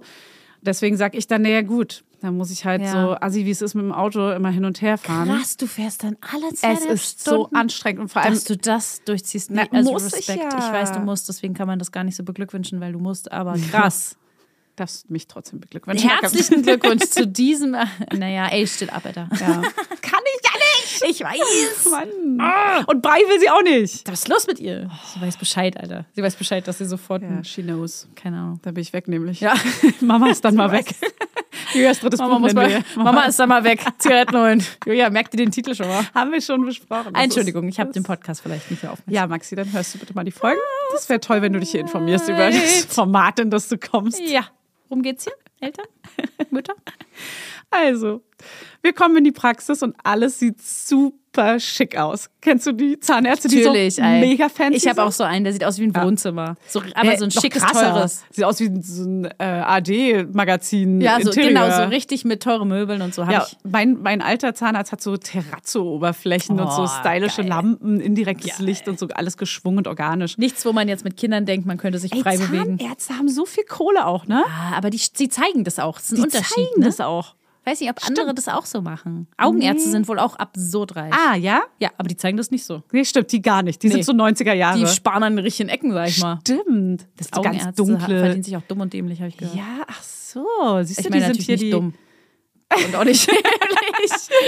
[SPEAKER 1] Deswegen sage ich dann, naja, gut, dann muss ich halt
[SPEAKER 2] Ja.
[SPEAKER 1] so assi, wie es ist, mit dem Auto immer hin und her fahren.
[SPEAKER 2] Krass, du fährst dann alle zwei
[SPEAKER 1] Es ist so
[SPEAKER 2] Stunden.
[SPEAKER 1] anstrengend und vor allem
[SPEAKER 2] dass du das durchziehst.
[SPEAKER 1] Na,
[SPEAKER 2] Nee, also
[SPEAKER 1] muss ich
[SPEAKER 2] Respekt.
[SPEAKER 1] ja.
[SPEAKER 2] ich weiß, du musst, deswegen kann man das gar nicht so beglückwünschen, weil du musst,
[SPEAKER 1] (laughs)
[SPEAKER 2] aber krass.
[SPEAKER 1] darfst mich trotzdem beglückwünschen.
[SPEAKER 2] Herzlichen Glückwunsch (laughs) zu diesem. Naja, ey, steht ab, (laughs) Alter.
[SPEAKER 1] Ja.
[SPEAKER 2] Kann ich ja nicht! Ich weiß!
[SPEAKER 1] Mann.
[SPEAKER 2] Ah.
[SPEAKER 1] Und Brei will sie auch nicht.
[SPEAKER 2] Was ist los mit ihr? Sie weiß Bescheid, Alter. Sie weiß Bescheid, dass sie sofort.
[SPEAKER 1] Ja, she knows.
[SPEAKER 2] Keine Ahnung.
[SPEAKER 1] Da bin ich weg nämlich. (laughs) Mama ist dann mal weg. Julias drittes
[SPEAKER 2] Mama,
[SPEAKER 1] Buch
[SPEAKER 2] muss
[SPEAKER 1] nennen wir.
[SPEAKER 2] mal, Mama ist dann mal weg. Zigaretten holen. (laughs) Julia, merkt ihr den Titel schon mal?
[SPEAKER 1] Haben wir schon besprochen. Das
[SPEAKER 2] Entschuldigung,
[SPEAKER 1] ist-
[SPEAKER 2] ich habe den Podcast vielleicht nicht mehr aufmerksam.
[SPEAKER 1] Ja, Maxi, dann hörst du bitte mal die Folgen. Das wäre toll, wenn du dich hier informierst über das Format, in das du kommst.
[SPEAKER 2] Ja. Worum geht's hier? Eltern? Mütter?
[SPEAKER 1] Also, wir kommen in die Praxis und alles sieht super schick aus. Kennst du die Zahnärzte,
[SPEAKER 2] Natürlich,
[SPEAKER 1] die so
[SPEAKER 2] ey.
[SPEAKER 1] mega fancy
[SPEAKER 2] Ich habe auch
[SPEAKER 1] sind?
[SPEAKER 2] so einen, der sieht aus wie ein Wohnzimmer. So, aber
[SPEAKER 1] Äh,
[SPEAKER 2] so ein
[SPEAKER 1] noch
[SPEAKER 2] schickes,
[SPEAKER 1] krasser.
[SPEAKER 2] teures.
[SPEAKER 1] Sieht aus wie ein- so ein äh, AD-Magazin.
[SPEAKER 2] Ja, so,
[SPEAKER 1] Interior.
[SPEAKER 2] genau, so richtig mit teuren Möbeln und so habe
[SPEAKER 1] Ja,
[SPEAKER 2] ich.
[SPEAKER 1] mein, mein alter Zahnarzt hat so Terrazzo-Oberflächen und so
[SPEAKER 2] Oh,
[SPEAKER 1] stylische
[SPEAKER 2] geil.
[SPEAKER 1] Lampen, indirektes Licht und so alles geschwungen und organisch.
[SPEAKER 2] Nichts, wo man jetzt mit Kindern denkt, man könnte sich frei bewegen.
[SPEAKER 1] Zahnärzte haben so viel Kohle auch, ne?
[SPEAKER 2] Ah, aber die, sie zeigen das auch. Das ist ein
[SPEAKER 1] Die
[SPEAKER 2] Unterschied.
[SPEAKER 1] zeigen
[SPEAKER 2] ne?
[SPEAKER 1] das auch.
[SPEAKER 2] Weiß nicht, ob andere das auch so machen. Augenärzte sind wohl auch absurd reich.
[SPEAKER 1] Ah, ja?
[SPEAKER 2] Ja, aber die zeigen das nicht so.
[SPEAKER 1] Nee, stimmt, die gar nicht. Die
[SPEAKER 2] Nee.
[SPEAKER 1] sind so 90er Jahre.
[SPEAKER 2] Die sparen an den richtigen Ecken, sag ich mal.
[SPEAKER 1] stimmt. Das ist so ganz
[SPEAKER 2] Augenärzte ha-
[SPEAKER 1] dunkle.
[SPEAKER 2] verdienen sich auch dumm und dämlich, habe ich gehört.
[SPEAKER 1] Ja, ach so. Siehst
[SPEAKER 2] ich
[SPEAKER 1] du,
[SPEAKER 2] meine
[SPEAKER 1] die sind
[SPEAKER 2] natürlich
[SPEAKER 1] hier
[SPEAKER 2] nicht
[SPEAKER 1] die.
[SPEAKER 2] (laughs) dumm. Und auch nicht dämlich.
[SPEAKER 1] (laughs)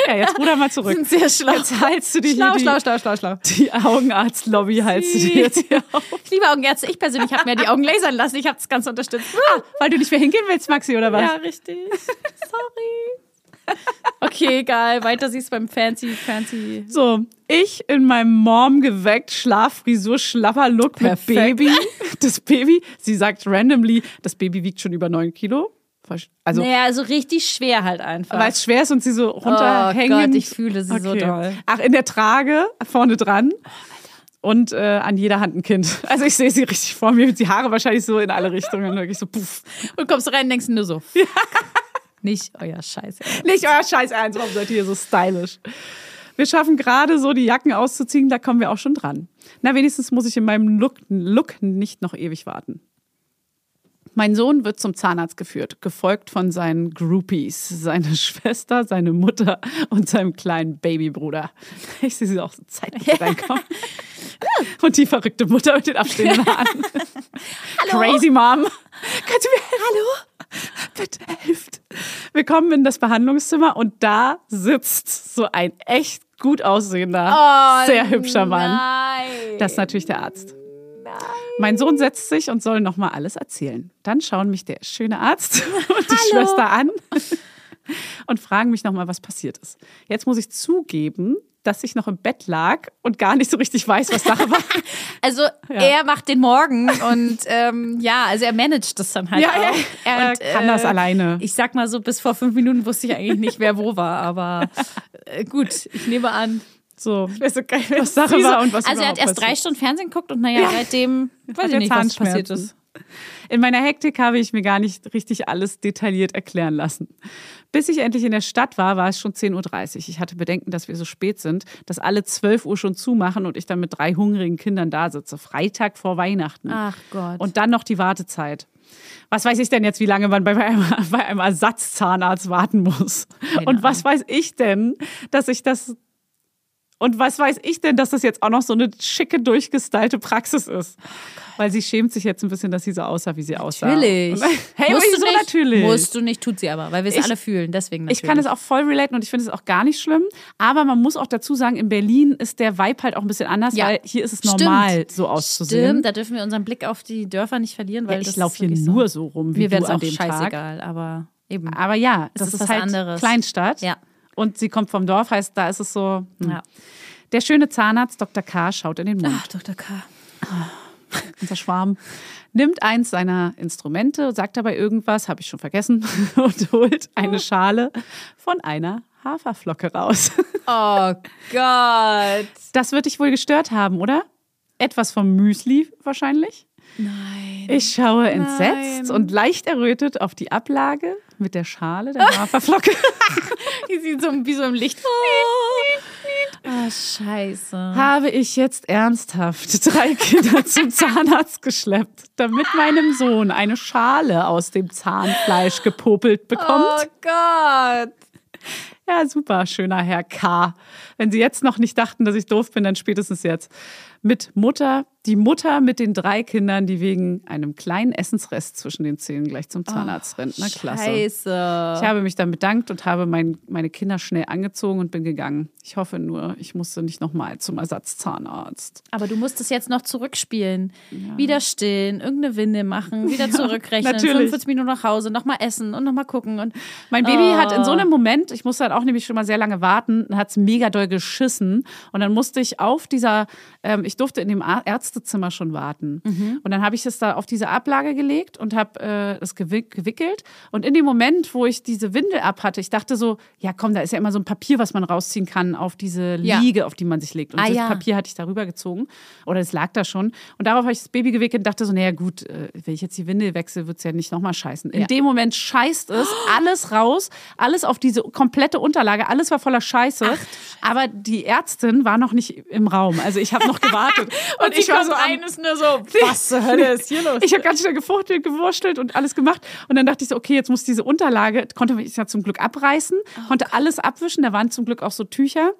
[SPEAKER 1] Ja, jetzt ruder mal (laughs) zurück.
[SPEAKER 2] sind sehr schlau.
[SPEAKER 1] Jetzt halst du die
[SPEAKER 2] Schlau,
[SPEAKER 1] hier
[SPEAKER 2] schlau,
[SPEAKER 1] die,
[SPEAKER 2] schlau, schlau, schlau.
[SPEAKER 1] die Augenarzt-Lobby halst du dir jetzt
[SPEAKER 2] (laughs)
[SPEAKER 1] hier auf.
[SPEAKER 2] Ich liebe Augenärzte. Ich persönlich habe mir die Augen lasern lassen. Ich habe das Ganze unterstützt.
[SPEAKER 1] Weil du nicht mehr hingehen willst, Maxi, oder was?
[SPEAKER 2] Ja, (laughs) richtig. Sorry. Okay, egal. Weiter siehst beim Fancy, Fancy.
[SPEAKER 1] So, ich in meinem Mom geweckt, Schlaffrisur, schlapper Look mit
[SPEAKER 2] Perfekt.
[SPEAKER 1] Baby. (laughs) Das Baby, sie sagt randomly, das Baby wiegt schon über 9 Kilo. Versch- Also,
[SPEAKER 2] Naja, also richtig schwer halt einfach.
[SPEAKER 1] weil es schwer ist und sie so runterhängen.
[SPEAKER 2] Oh Gott, ich fühle sie so doll. Oh
[SPEAKER 1] Ach, in der Trage, vorne dran. Und äh, an jeder Hand ein Kind. (laughs) Also ich sehe sie richtig vor mir, die Haare wahrscheinlich so in alle Richtungen. Wirklich so, puff.
[SPEAKER 2] Und kommst rein und denkst nur so. Nicht euer Scheiß.
[SPEAKER 1] (laughs)
[SPEAKER 2] ey.
[SPEAKER 1] Nicht euer Scheiß ernst, warum seid ihr hier so stylisch? Wir schaffen gerade so, die Jacken auszuziehen, da kommen wir auch schon dran. Na, wenigstens muss ich in meinem Look, Look nicht noch ewig warten. Mein Sohn wird zum Zahnarzt geführt, gefolgt von seinen Groupies, seine (laughs) Schwester, seine Mutter und seinem kleinen Babybruder. (laughs) Ich sehe sie auch so zeitlich reinkommen. (laughs) Und die verrückte Mutter mit den abstehenden Haaren. Crazy Mom. Könnt ihr mir helfen? Hallo? Bitte helft. Wir kommen in das Behandlungszimmer und da sitzt so ein echt gut aussehender, sehr hübscher Mann. Das ist natürlich der Arzt. Mein Sohn setzt sich und soll nochmal alles erzählen. Dann schauen mich der schöne Arzt (laughs) und die Schwester an (laughs) und fragen mich nochmal, was passiert ist. Jetzt muss ich zugeben, dass ich noch im Bett lag und gar nicht so richtig weiß, was Sache (laughs) war.
[SPEAKER 2] Also er macht den Morgen und ähm, ja, also er managt das dann halt
[SPEAKER 1] Ja,
[SPEAKER 2] auch. äh,
[SPEAKER 1] er- er kann das alleine.
[SPEAKER 2] Ich sag mal so, bis vor fünf Minuten wusste ich eigentlich nicht, wer wo war, aber äh, gut, ich nehme an. (laughs)
[SPEAKER 1] So, was Sache war und was
[SPEAKER 2] also er
[SPEAKER 1] überhaupt
[SPEAKER 2] hat erst
[SPEAKER 1] passiert.
[SPEAKER 2] drei Stunden Fernsehen geguckt und naja, seitdem weiß ich
[SPEAKER 1] er
[SPEAKER 2] nicht, was
[SPEAKER 1] Zahnschmerzen.
[SPEAKER 2] passiert ist.
[SPEAKER 1] In meiner Hektik habe ich mir gar nicht richtig alles detailliert erklären lassen. Bis ich endlich in der Stadt war, war es schon 10.30 Uhr. Ich hatte Bedenken, dass wir so spät sind, dass alle 12 Uhr schon zumachen und ich dann mit drei hungrigen Kindern da sitze. Freitag vor Weihnachten.
[SPEAKER 2] Ach Gott.
[SPEAKER 1] Und dann noch die Wartezeit. Was weiß ich denn jetzt, wie lange man bei (laughs) einem, bei einem Ersatzzahnarzt warten muss? und was weiß ich denn, dass ich das. Und was weiß ich denn, dass das jetzt auch noch so eine schicke, durchgestylte Praxis ist?
[SPEAKER 2] Oh
[SPEAKER 1] Weil sie schämt sich jetzt ein bisschen, dass sie so aussah, wie sie aussah.
[SPEAKER 2] Natürlich.
[SPEAKER 1] Und- (laughs) Hey,
[SPEAKER 2] Musst du
[SPEAKER 1] wieso
[SPEAKER 2] nicht,
[SPEAKER 1] natürlich?
[SPEAKER 2] Musst du nicht, tut sie aber, weil wir es
[SPEAKER 1] Ich-
[SPEAKER 2] alle fühlen. Deswegen natürlich.
[SPEAKER 1] Ich kann es auch voll relaten und ich finde es auch gar nicht schlimm. Aber man muss auch dazu sagen, in Berlin ist der Vibe halt auch ein bisschen anders,
[SPEAKER 2] Ja.
[SPEAKER 1] weil hier ist es
[SPEAKER 2] Stimmt.
[SPEAKER 1] normal, so auszusehen.
[SPEAKER 2] Stimmt, da dürfen wir unseren Blick auf die Dörfer nicht verlieren, weil
[SPEAKER 1] ja, ich
[SPEAKER 2] das
[SPEAKER 1] laufe
[SPEAKER 2] ist
[SPEAKER 1] hier
[SPEAKER 2] wirklich
[SPEAKER 1] nur
[SPEAKER 2] so.
[SPEAKER 1] so rum, wie
[SPEAKER 2] Mir wäre
[SPEAKER 1] du
[SPEAKER 2] es
[SPEAKER 1] an
[SPEAKER 2] auch
[SPEAKER 1] dem Tag. Ah,
[SPEAKER 2] scheißegal, aber eben.
[SPEAKER 1] Aber ja,
[SPEAKER 2] Es
[SPEAKER 1] das
[SPEAKER 2] ist
[SPEAKER 1] ist,
[SPEAKER 2] was
[SPEAKER 1] halt
[SPEAKER 2] anderes.
[SPEAKER 1] Kleinstadt.
[SPEAKER 2] Ja.
[SPEAKER 1] Und sie kommt vom Dorf, heißt, da ist es so. Hm.
[SPEAKER 2] Ja.
[SPEAKER 1] Der schöne Zahnarzt Dr. K. schaut in den Mund.
[SPEAKER 2] Ach,
[SPEAKER 1] (laughs)
[SPEAKER 2] Dr. K.
[SPEAKER 1] Unser Schwarm nimmt eins seiner Instrumente, sagt dabei irgendwas, habe ich schon vergessen, (laughs) und holt eine Schale von einer Haferflocke raus. (laughs)
[SPEAKER 2] Oh Gott.
[SPEAKER 1] Das wird dich wohl gestört haben, oder? Etwas vom Müsli wahrscheinlich. Nein. Ich schaue entsetzt und leicht errötet auf die Ablage mit der Schale der Haferflocke.
[SPEAKER 2] Die sieht so wie so im Licht.
[SPEAKER 1] Oh.
[SPEAKER 2] Ah, scheiße.
[SPEAKER 1] habe ich jetzt ernsthaft (laughs) drei Kinder zum Zahnarzt geschleppt, damit meinem Sohn eine Schale aus dem Zahnfleisch gepopelt
[SPEAKER 2] Oh
[SPEAKER 1] bekommt.
[SPEAKER 2] Gott.
[SPEAKER 1] Ja, super, schöner Herr K. Wenn Sie jetzt noch nicht dachten, dass ich doof bin, dann spätestens jetzt. Mit Mutter, die Mutter mit den drei Kindern, die wegen einem kleinen Essensrest zwischen den Zähnen gleich zum Zahnarzt rennt. Na klasse.
[SPEAKER 2] Scheiße.
[SPEAKER 1] Ich habe mich dann bedankt und habe mein, meine Kinder schnell angezogen und bin gegangen. Ich hoffe nur, ich musste nicht nochmal zum Ersatzzahnarzt.
[SPEAKER 2] Aber du musst es jetzt noch zurückspielen. Wieder stillen, irgendeine Winde
[SPEAKER 1] (laughs)
[SPEAKER 2] machen, wieder zurückrechnen,
[SPEAKER 1] natürlich.
[SPEAKER 2] 45 Minuten nach Hause, nochmal essen und nochmal gucken. Und
[SPEAKER 1] Mein Baby
[SPEAKER 2] Oh.
[SPEAKER 1] hat in so einem Moment, ich musste halt auch nämlich schon mal sehr lange warten, hat es mega doll geschissen. Und dann musste ich auf dieser, ähm, ich durfte in dem Ar- Ärztezimmer schon warten.
[SPEAKER 2] Mhm.
[SPEAKER 1] Und dann habe ich es da auf diese Ablage gelegt und habe äh, es gewi- gewickelt. Und in dem Moment, wo ich diese Windel ab hatte, ich dachte so, ja komm, da ist ja immer so ein Papier, was man rausziehen kann auf diese
[SPEAKER 2] Ja.
[SPEAKER 1] Liege, auf die man sich legt. Und
[SPEAKER 2] Ah,
[SPEAKER 1] das
[SPEAKER 2] ja.
[SPEAKER 1] Papier hatte ich darüber gezogen. Oder es lag da schon. Und darauf habe ich das Baby gewickelt und dachte so, naja gut, äh, wenn ich jetzt die Windel wechsle, wird es ja nicht nochmal scheißen. In
[SPEAKER 2] Ja.
[SPEAKER 1] dem Moment scheißt
[SPEAKER 2] (gasps)
[SPEAKER 1] es alles raus, alles auf diese komplette Unterlage, alles war voller Scheiße. Aber die Ärztin war noch nicht im Raum. Also ich habe noch
[SPEAKER 2] (laughs)
[SPEAKER 1] gewartet. und ich war so am,
[SPEAKER 2] ist
[SPEAKER 1] (laughs)
[SPEAKER 2] nur so.
[SPEAKER 4] Was zur Hölle ist hier los?
[SPEAKER 1] ich habe ganz schnell gefuchtelt, gewurschtelt und alles gemacht. Und dann dachte ich so, okay, jetzt muss diese Unterlage, konnte ich ja zum Glück abreißen,
[SPEAKER 4] Oh
[SPEAKER 1] konnte alles abwischen. Da waren zum Glück auch so Tücher.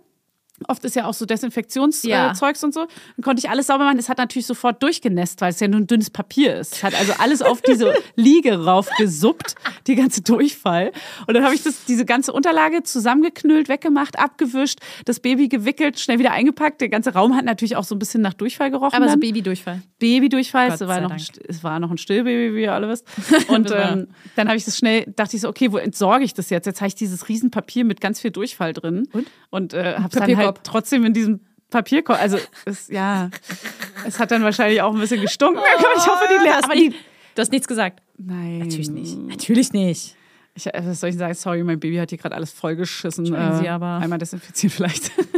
[SPEAKER 1] Oft ist ja auch so Desinfektionszeugs
[SPEAKER 2] Ja.
[SPEAKER 1] äh, Zeugs und so. Dann konnte ich alles sauber machen. Es hat natürlich sofort durchgenässt, weil es ja nur ein dünnes Papier ist. Es hat also alles
[SPEAKER 4] (laughs)
[SPEAKER 1] auf diese Liege raufgesuppt, die ganze Durchfall. Und dann habe ich das, diese ganze Unterlage zusammengeknüllt, weggemacht, abgewischt, das Baby gewickelt, schnell wieder eingepackt. Der ganze Raum hat natürlich auch so ein bisschen nach Durchfall gerochen.
[SPEAKER 2] Aber so
[SPEAKER 1] dann.
[SPEAKER 2] Babydurchfall.
[SPEAKER 1] Babydurchfall.
[SPEAKER 2] Gott
[SPEAKER 1] Es war,
[SPEAKER 2] sei
[SPEAKER 1] noch ein,
[SPEAKER 2] Dank.
[SPEAKER 1] St- es war noch ein Stillbaby, wie ihr alle
[SPEAKER 2] (laughs)
[SPEAKER 1] wisst. Und ähm, dann habe ich das schnell, dachte ich so, okay, wo entsorge ich das jetzt? Jetzt habe ich dieses Riesenpapier mit ganz viel Durchfall drin. Und, äh, habe es dann halt
[SPEAKER 2] Papierkorb.
[SPEAKER 1] trotzdem in diesem Papierkorb. Also, es, ja, es hat dann wahrscheinlich auch ein bisschen gestunken. Oh Gott, ich hoffe, die leer. (laughs) Aber die, Mm.
[SPEAKER 2] Du hast nichts gesagt.
[SPEAKER 1] nein.
[SPEAKER 2] Natürlich nicht.
[SPEAKER 4] Natürlich nicht.
[SPEAKER 1] Ich, äh, was soll ich sagen? Sorry, mein Baby hat hier gerade alles vollgeschissen. äh,
[SPEAKER 2] Entschuldigen Sie, aber-
[SPEAKER 1] Einmal desinfizieren vielleicht. (laughs)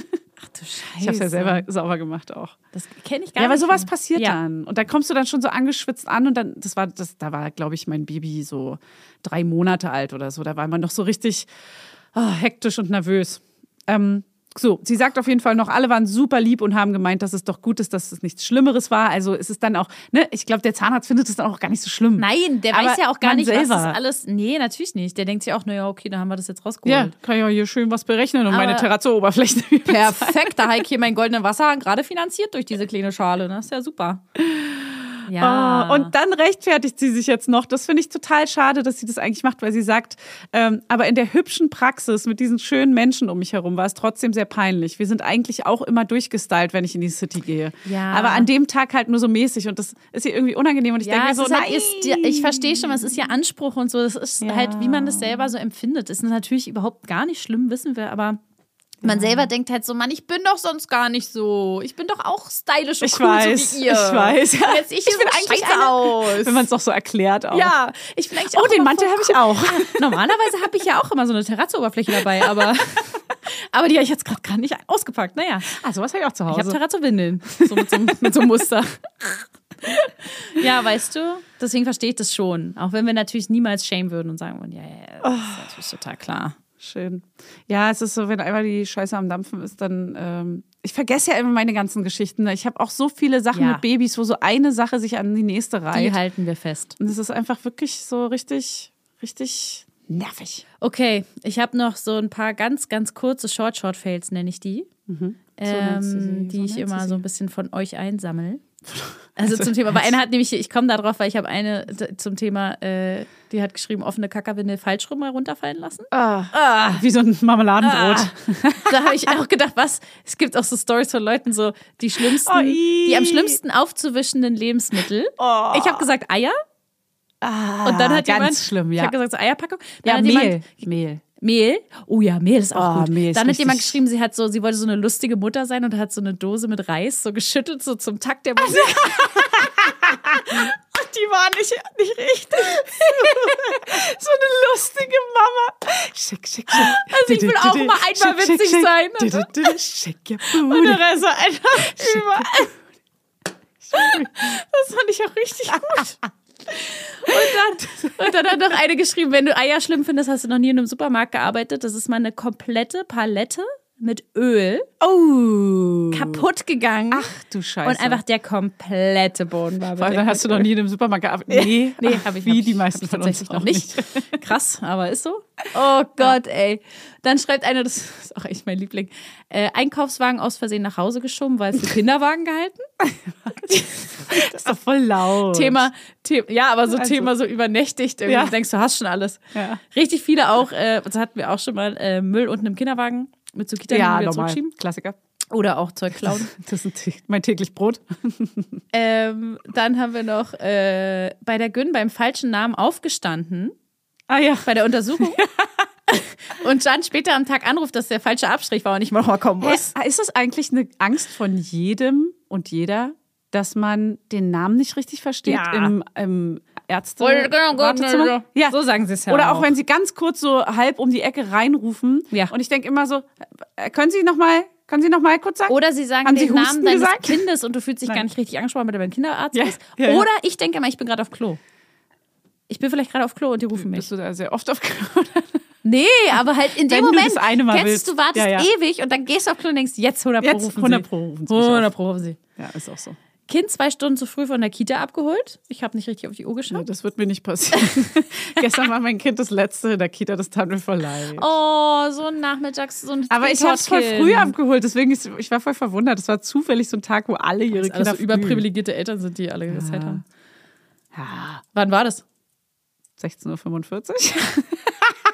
[SPEAKER 2] Du Scheiße.
[SPEAKER 1] Ich habe es ja selber sauber gemacht auch.
[SPEAKER 2] Das kenne ich gar
[SPEAKER 1] Ja, aber
[SPEAKER 2] nicht.
[SPEAKER 1] sowas passiert
[SPEAKER 2] Ja.
[SPEAKER 1] dann. Und dann kommst du dann schon so angeschwitzt an und dann, das war, das, da war, glaube ich, mein Baby so drei Monate alt oder so. Da war man noch so richtig ah, hektisch und nervös. Ähm, So, sie sagt auf jeden Fall noch, alle waren super lieb und haben gemeint, dass es doch gut ist, dass es nichts Schlimmeres war. Also es ist dann auch, ne, ich glaube, der Zahnarzt findet es dann auch gar nicht so schlimm.
[SPEAKER 2] Nein, der
[SPEAKER 1] Aber
[SPEAKER 2] weiß ja auch gar
[SPEAKER 1] man
[SPEAKER 2] nicht,
[SPEAKER 1] selber.
[SPEAKER 2] was das alles. Nee, natürlich nicht. Der denkt sich auch, naja, okay, da haben wir das jetzt
[SPEAKER 1] Ja,
[SPEAKER 2] rausgeholt.
[SPEAKER 1] kann ja hier schön was berechnen und meine (laughs)
[SPEAKER 2] Aber-
[SPEAKER 1] Terrazzo-Oberfläche.
[SPEAKER 2] Perfekt, da habe ich hier mein goldenes Wasser gerade finanziert durch diese kleine Schale. Das ist ja super. Ja.
[SPEAKER 1] Ah, und dann rechtfertigt sie sich jetzt noch. Das finde ich total schade, dass sie das eigentlich macht, weil sie sagt, ähm, aber in der hübschen Praxis mit diesen schönen Menschen um mich herum war es trotzdem sehr peinlich. Wir sind eigentlich auch immer durchgestylt, wenn ich in die City gehe.
[SPEAKER 2] Ja.
[SPEAKER 1] Aber an dem Tag halt nur so mäßig und das ist ihr irgendwie unangenehm und ich denke mir
[SPEAKER 2] es
[SPEAKER 1] so,
[SPEAKER 2] ist halt
[SPEAKER 1] nein.
[SPEAKER 2] ihr Sti- ich verstehe schon, es ist ja Anspruch und so. Das ist halt, wie man das selber so empfindet. Ist natürlich überhaupt gar nicht schlimm, wissen wir, aber. Man selber denkt halt so, Mann, ich bin doch sonst gar nicht so. Ich bin doch auch stylisch und
[SPEAKER 1] Ich
[SPEAKER 2] cool,
[SPEAKER 1] weiß,
[SPEAKER 2] so wie ihr.
[SPEAKER 1] ich weiß.
[SPEAKER 2] Und jetzt ich, ich bin eigentlich eine, aus.
[SPEAKER 1] wenn man es doch so erklärt auch.
[SPEAKER 2] ja, ich bin eigentlich
[SPEAKER 1] Oh,
[SPEAKER 2] auch
[SPEAKER 1] den
[SPEAKER 2] immer
[SPEAKER 1] Mantel
[SPEAKER 2] voll
[SPEAKER 1] habe ich auch.
[SPEAKER 2] (laughs) Normalerweise habe ich ja auch immer so eine Terrazzo-Oberfläche dabei,
[SPEAKER 1] (laughs)
[SPEAKER 2] aber, aber die habe ich jetzt gerade gar nicht ausgepackt. Naja,
[SPEAKER 1] Ah, sowas habe ich auch zu
[SPEAKER 2] ich habe
[SPEAKER 1] Hause.
[SPEAKER 2] Terrazzo-Windeln. So mit so, einem- mit so einem Muster. (laughs) ja, weißt du, deswegen verstehe ich das schon. Auch wenn wir natürlich niemals shame würden und sagen würden, ja, ja, ja, das
[SPEAKER 1] Oh.
[SPEAKER 2] ist natürlich total klar.
[SPEAKER 1] Schön. Ja, es ist so, wenn einmal die Scheiße am Dampfen ist, dann. Ähm, ich vergesse ja immer meine ganzen Geschichten. ne? Ich habe auch so viele Sachen
[SPEAKER 2] Ja.
[SPEAKER 1] mit Babys, wo so eine Sache sich an die nächste reiht.
[SPEAKER 2] Die halt halten wir fest.
[SPEAKER 1] Und es ist einfach wirklich so richtig, richtig nervig.
[SPEAKER 2] Okay, ich habe noch so ein paar ganz, ganz kurze Short-Short-Fails, nenne ich die. Ähm,
[SPEAKER 1] Mhm. nennst du sie,
[SPEAKER 2] die
[SPEAKER 1] so
[SPEAKER 2] ich
[SPEAKER 1] nennst
[SPEAKER 2] immer
[SPEAKER 1] du
[SPEAKER 2] so
[SPEAKER 1] sie.
[SPEAKER 2] ein bisschen von
[SPEAKER 1] (laughs)
[SPEAKER 2] euch einsammel. Also zum Thema, aber eine hat nämlich, ich komme da drauf, weil ich habe eine d- zum Thema, äh, die hat geschrieben, offene Kackerwindel falsch rum mal runterfallen lassen.
[SPEAKER 1] Ah,
[SPEAKER 2] Ah.
[SPEAKER 1] Wie so ein Marmeladenbrot.
[SPEAKER 2] Da habe ich auch gedacht, was? Es gibt auch so Stories von Leuten, so die schlimmsten,
[SPEAKER 1] Oh, i.
[SPEAKER 2] die am schlimmsten aufzuwischenden Lebensmittel. Ich habe gesagt Eier. und dann hat
[SPEAKER 1] Oh. Ah, ganz
[SPEAKER 2] jemand,
[SPEAKER 1] schlimm,
[SPEAKER 2] ich
[SPEAKER 1] ja.
[SPEAKER 2] habe gesagt so Eierpackung. Dann
[SPEAKER 1] Ja,
[SPEAKER 2] hat
[SPEAKER 1] Mehl.
[SPEAKER 2] jemand,
[SPEAKER 1] Mehl.
[SPEAKER 2] Mehl. Oh ja, Mehl ist auch
[SPEAKER 1] Oh,
[SPEAKER 2] gut.
[SPEAKER 1] Mehl ist
[SPEAKER 2] Dann hat
[SPEAKER 1] richtig-
[SPEAKER 2] jemand geschrieben, sie hat so, sie wollte so eine lustige Mutter sein und hat so eine Dose mit Reis so geschüttelt so zum Takt der
[SPEAKER 1] Also,
[SPEAKER 2] Musik.
[SPEAKER 1] Die war nicht, nicht richtig. so eine lustige Mama. Schick, schick, schick. Also
[SPEAKER 2] ich will auch mal einmal witzig sein. ne?
[SPEAKER 1] sein. Schick, ja, Bude.
[SPEAKER 2] Der Rest war (laughs) einfach überall.
[SPEAKER 1] Das fand ich auch richtig gut.
[SPEAKER 2] Und dann hat noch eine geschrieben, wenn du Eier schlimm findest, hast du noch nie in einem Supermarkt gearbeitet. Das ist mal eine komplette Palette mit Öl
[SPEAKER 1] Oh.
[SPEAKER 2] kaputt gegangen.
[SPEAKER 1] Ach du Scheiße.
[SPEAKER 2] und einfach der komplette Boden war
[SPEAKER 1] Weil dann hast du noch nie in einem Supermarkt gearbeitet. Nee,
[SPEAKER 2] Nee, habe ich
[SPEAKER 1] Wie
[SPEAKER 2] hab
[SPEAKER 1] die
[SPEAKER 2] ich-
[SPEAKER 1] meisten
[SPEAKER 2] hab ich
[SPEAKER 1] von uns
[SPEAKER 2] tatsächlich
[SPEAKER 1] auch
[SPEAKER 2] noch nicht. Krass, aber ist so. Oh Gott, ey. Dann schreibt einer, das ist auch echt mein Liebling, äh, Einkaufswagen aus Versehen nach Hause geschoben, weil für
[SPEAKER 1] (laughs)
[SPEAKER 2] Kinderwagen gehalten.
[SPEAKER 1] Das ist doch voll laut.
[SPEAKER 2] Thema, The ja, aber so
[SPEAKER 1] Also-
[SPEAKER 2] Thema so übernächtigt. Irgendwie
[SPEAKER 1] Ja.
[SPEAKER 2] Du denkst, du hast schon alles.
[SPEAKER 1] Ja.
[SPEAKER 2] Richtig viele auch, äh, das hatten wir auch schon mal, äh, Müll unten im Kinderwagen mit zur Kita
[SPEAKER 1] Ja,
[SPEAKER 2] wieder
[SPEAKER 1] normal.
[SPEAKER 2] zurückschieben.
[SPEAKER 1] Klassiker.
[SPEAKER 2] Oder auch Zeug klauen.
[SPEAKER 1] (laughs) Das ist tä- mein täglich Brot.
[SPEAKER 2] ähm, dann haben wir noch äh, bei der Gün beim falschen Namen aufgestanden.
[SPEAKER 1] Ah ja.
[SPEAKER 2] bei
[SPEAKER 1] (laughs)
[SPEAKER 2] der Untersuchung. und dann später am Tag anruft, dass der falsche Abstrich war und ich nochmal kommen muss.
[SPEAKER 1] Hä? Ist das eigentlich eine Angst von jedem und jeder, dass man den Namen nicht richtig versteht
[SPEAKER 2] Ja.
[SPEAKER 1] im, im Ärzte?
[SPEAKER 2] Voll, genau, genau,
[SPEAKER 1] Wartezimmer?
[SPEAKER 2] genau. So sagen sie es ja
[SPEAKER 1] Oder auch
[SPEAKER 2] auch.
[SPEAKER 1] wenn sie ganz kurz so halb um die Ecke reinrufen.
[SPEAKER 2] Ja.
[SPEAKER 1] Und ich denke immer so, äh, können Sie noch mal, können Sie noch mal kurz sagen?
[SPEAKER 2] Oder sie sagen
[SPEAKER 1] Haben
[SPEAKER 2] den
[SPEAKER 1] Sie Husten
[SPEAKER 2] Namen deines
[SPEAKER 1] gesagt?
[SPEAKER 2] Kindes und du fühlst dich gar nicht richtig angesprochen, weil du beim Kinderarzt
[SPEAKER 1] Ja,
[SPEAKER 2] bist.
[SPEAKER 1] ja, ja.
[SPEAKER 2] Oder ich denke immer, ich bin gerade auf Klo. Ich bin vielleicht gerade auf Klo und die rufen mich.
[SPEAKER 1] Bist du da sehr oft auf
[SPEAKER 2] Nee, aber halt in
[SPEAKER 1] Wenn
[SPEAKER 2] dem
[SPEAKER 1] du
[SPEAKER 2] Moment
[SPEAKER 1] das eine Mal
[SPEAKER 2] kennst
[SPEAKER 1] willst.
[SPEAKER 2] du, wartest
[SPEAKER 1] Ja, ja.
[SPEAKER 2] ewig und dann gehst du auf Klo und denkst, jetzt 100 Pro
[SPEAKER 1] Jetzt
[SPEAKER 2] rufen
[SPEAKER 1] 100
[SPEAKER 2] sie.
[SPEAKER 1] Pro rufen sie mich
[SPEAKER 2] 100 Pro rufen sie.
[SPEAKER 1] Ja, ist auch so.
[SPEAKER 2] Kind zwei Stunden zu früh von der Kita abgeholt. Ich habe nicht richtig auf die Uhr geschaut.
[SPEAKER 1] Das wird mir nicht (laughs) passieren. Gestern war mein Kind das letzte in der Kita, das tat mir voll leid.
[SPEAKER 2] Oh, so ein Nachmittags, so ein
[SPEAKER 1] Aber ich habe es voll
[SPEAKER 2] Kindhortkind.
[SPEAKER 1] früh abgeholt, deswegen ist, ich war voll verwundert. Es war zufällig so ein Tag, wo alle ihre
[SPEAKER 2] Alles
[SPEAKER 1] Kinder
[SPEAKER 2] so
[SPEAKER 1] früh-
[SPEAKER 2] überprivilegierte Eltern sind, die alle ja. Zeit haben. Wann war das?
[SPEAKER 1] (laughs) 16.45 Uhr.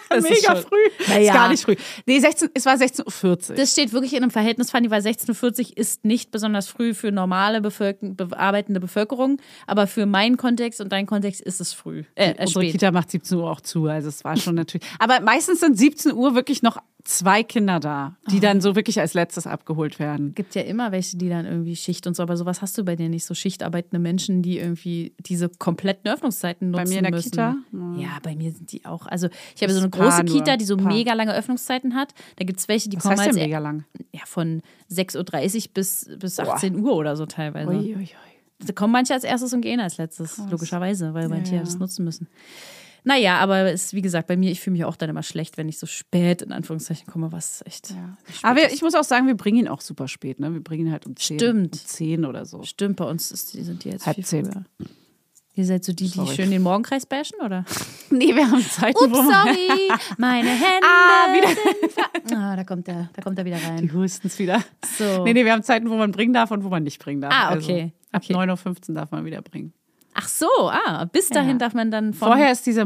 [SPEAKER 2] Das ist
[SPEAKER 1] Mega
[SPEAKER 2] schon-
[SPEAKER 1] früh. Ist
[SPEAKER 2] Naja.
[SPEAKER 1] gar nicht früh. Nee, 16, es war 16.40 Uhr.
[SPEAKER 2] Das steht wirklich in einem Verhältnis, Fanny, weil 1640 ist nicht besonders früh für normale Bevölker be arbeitende Bevölkerung, aber für meinen Kontext und deinen Kontext ist es früh. Äh, äh,
[SPEAKER 1] Unsere
[SPEAKER 2] spät.
[SPEAKER 1] Kita macht 17 Uhr auch zu, also es war schon natürlich. Aber meistens sind 17 Uhr wirklich noch zwei Kinder da, die dann so wirklich als letztes abgeholt werden.
[SPEAKER 2] gibt ja immer welche, die dann irgendwie Schicht und so, aber sowas hast du bei dir nicht, so schichtarbeitende Menschen, die irgendwie diese kompletten Öffnungszeiten nutzen
[SPEAKER 1] mir in der
[SPEAKER 2] müssen.
[SPEAKER 1] Kita?
[SPEAKER 2] Ja, bei mir sind die auch. Also ich habe so eine
[SPEAKER 1] Ein paar
[SPEAKER 2] große
[SPEAKER 1] nur,
[SPEAKER 2] Kita, die so
[SPEAKER 1] ein paar.
[SPEAKER 2] mega lange Öffnungszeiten hat. Da gibt es welche, die
[SPEAKER 1] Was
[SPEAKER 2] kommen
[SPEAKER 1] heißt
[SPEAKER 2] als
[SPEAKER 1] denn mega lang? ne?
[SPEAKER 2] ja, von 6.30 Uhr bis, bis 18 Uhr oder so teilweise.
[SPEAKER 1] Uiuiui.
[SPEAKER 2] Da kommen manche als erstes und gehen als letztes, logischerweise, weil manche ja. das nutzen müssen. Naja, aber es ist, wie gesagt, bei mir, ich fühle mich auch dann immer schlecht, wenn ich so spät in Anführungszeichen komme, was echt.
[SPEAKER 1] Ja. Aber wir, ich muss auch sagen, wir bringen ihn auch super spät. Ne? Wir bringen ihn halt um 10,
[SPEAKER 2] Stimmt.
[SPEAKER 1] um 10 oder so.
[SPEAKER 2] Stimmt, bei uns ist, die sind die jetzt
[SPEAKER 1] Halb
[SPEAKER 2] viel
[SPEAKER 1] zehn.
[SPEAKER 2] früher. Ihr seid so die, die schön den Morgenkreis bashen, (laughs) oder?
[SPEAKER 1] Nee, wir haben Zeiten,
[SPEAKER 2] Ups,
[SPEAKER 1] wo man
[SPEAKER 2] sorry, (laughs) meine Hände ah, wieder. sind ver... (laughs) Ah, da kommt er, da kommt er wieder
[SPEAKER 1] die
[SPEAKER 2] rein.
[SPEAKER 1] höchstens wieder.
[SPEAKER 2] So.
[SPEAKER 1] Nee, nee, wir haben Zeiten, wo man bringen darf und wo man nicht bringen darf.
[SPEAKER 2] Ah, okay.
[SPEAKER 1] Also,
[SPEAKER 2] Okay.
[SPEAKER 1] ab 9.15 Uhr darf man wieder bringen.
[SPEAKER 2] Ach so, ah, bis dahin darf man dann von...
[SPEAKER 1] Vorher ist diese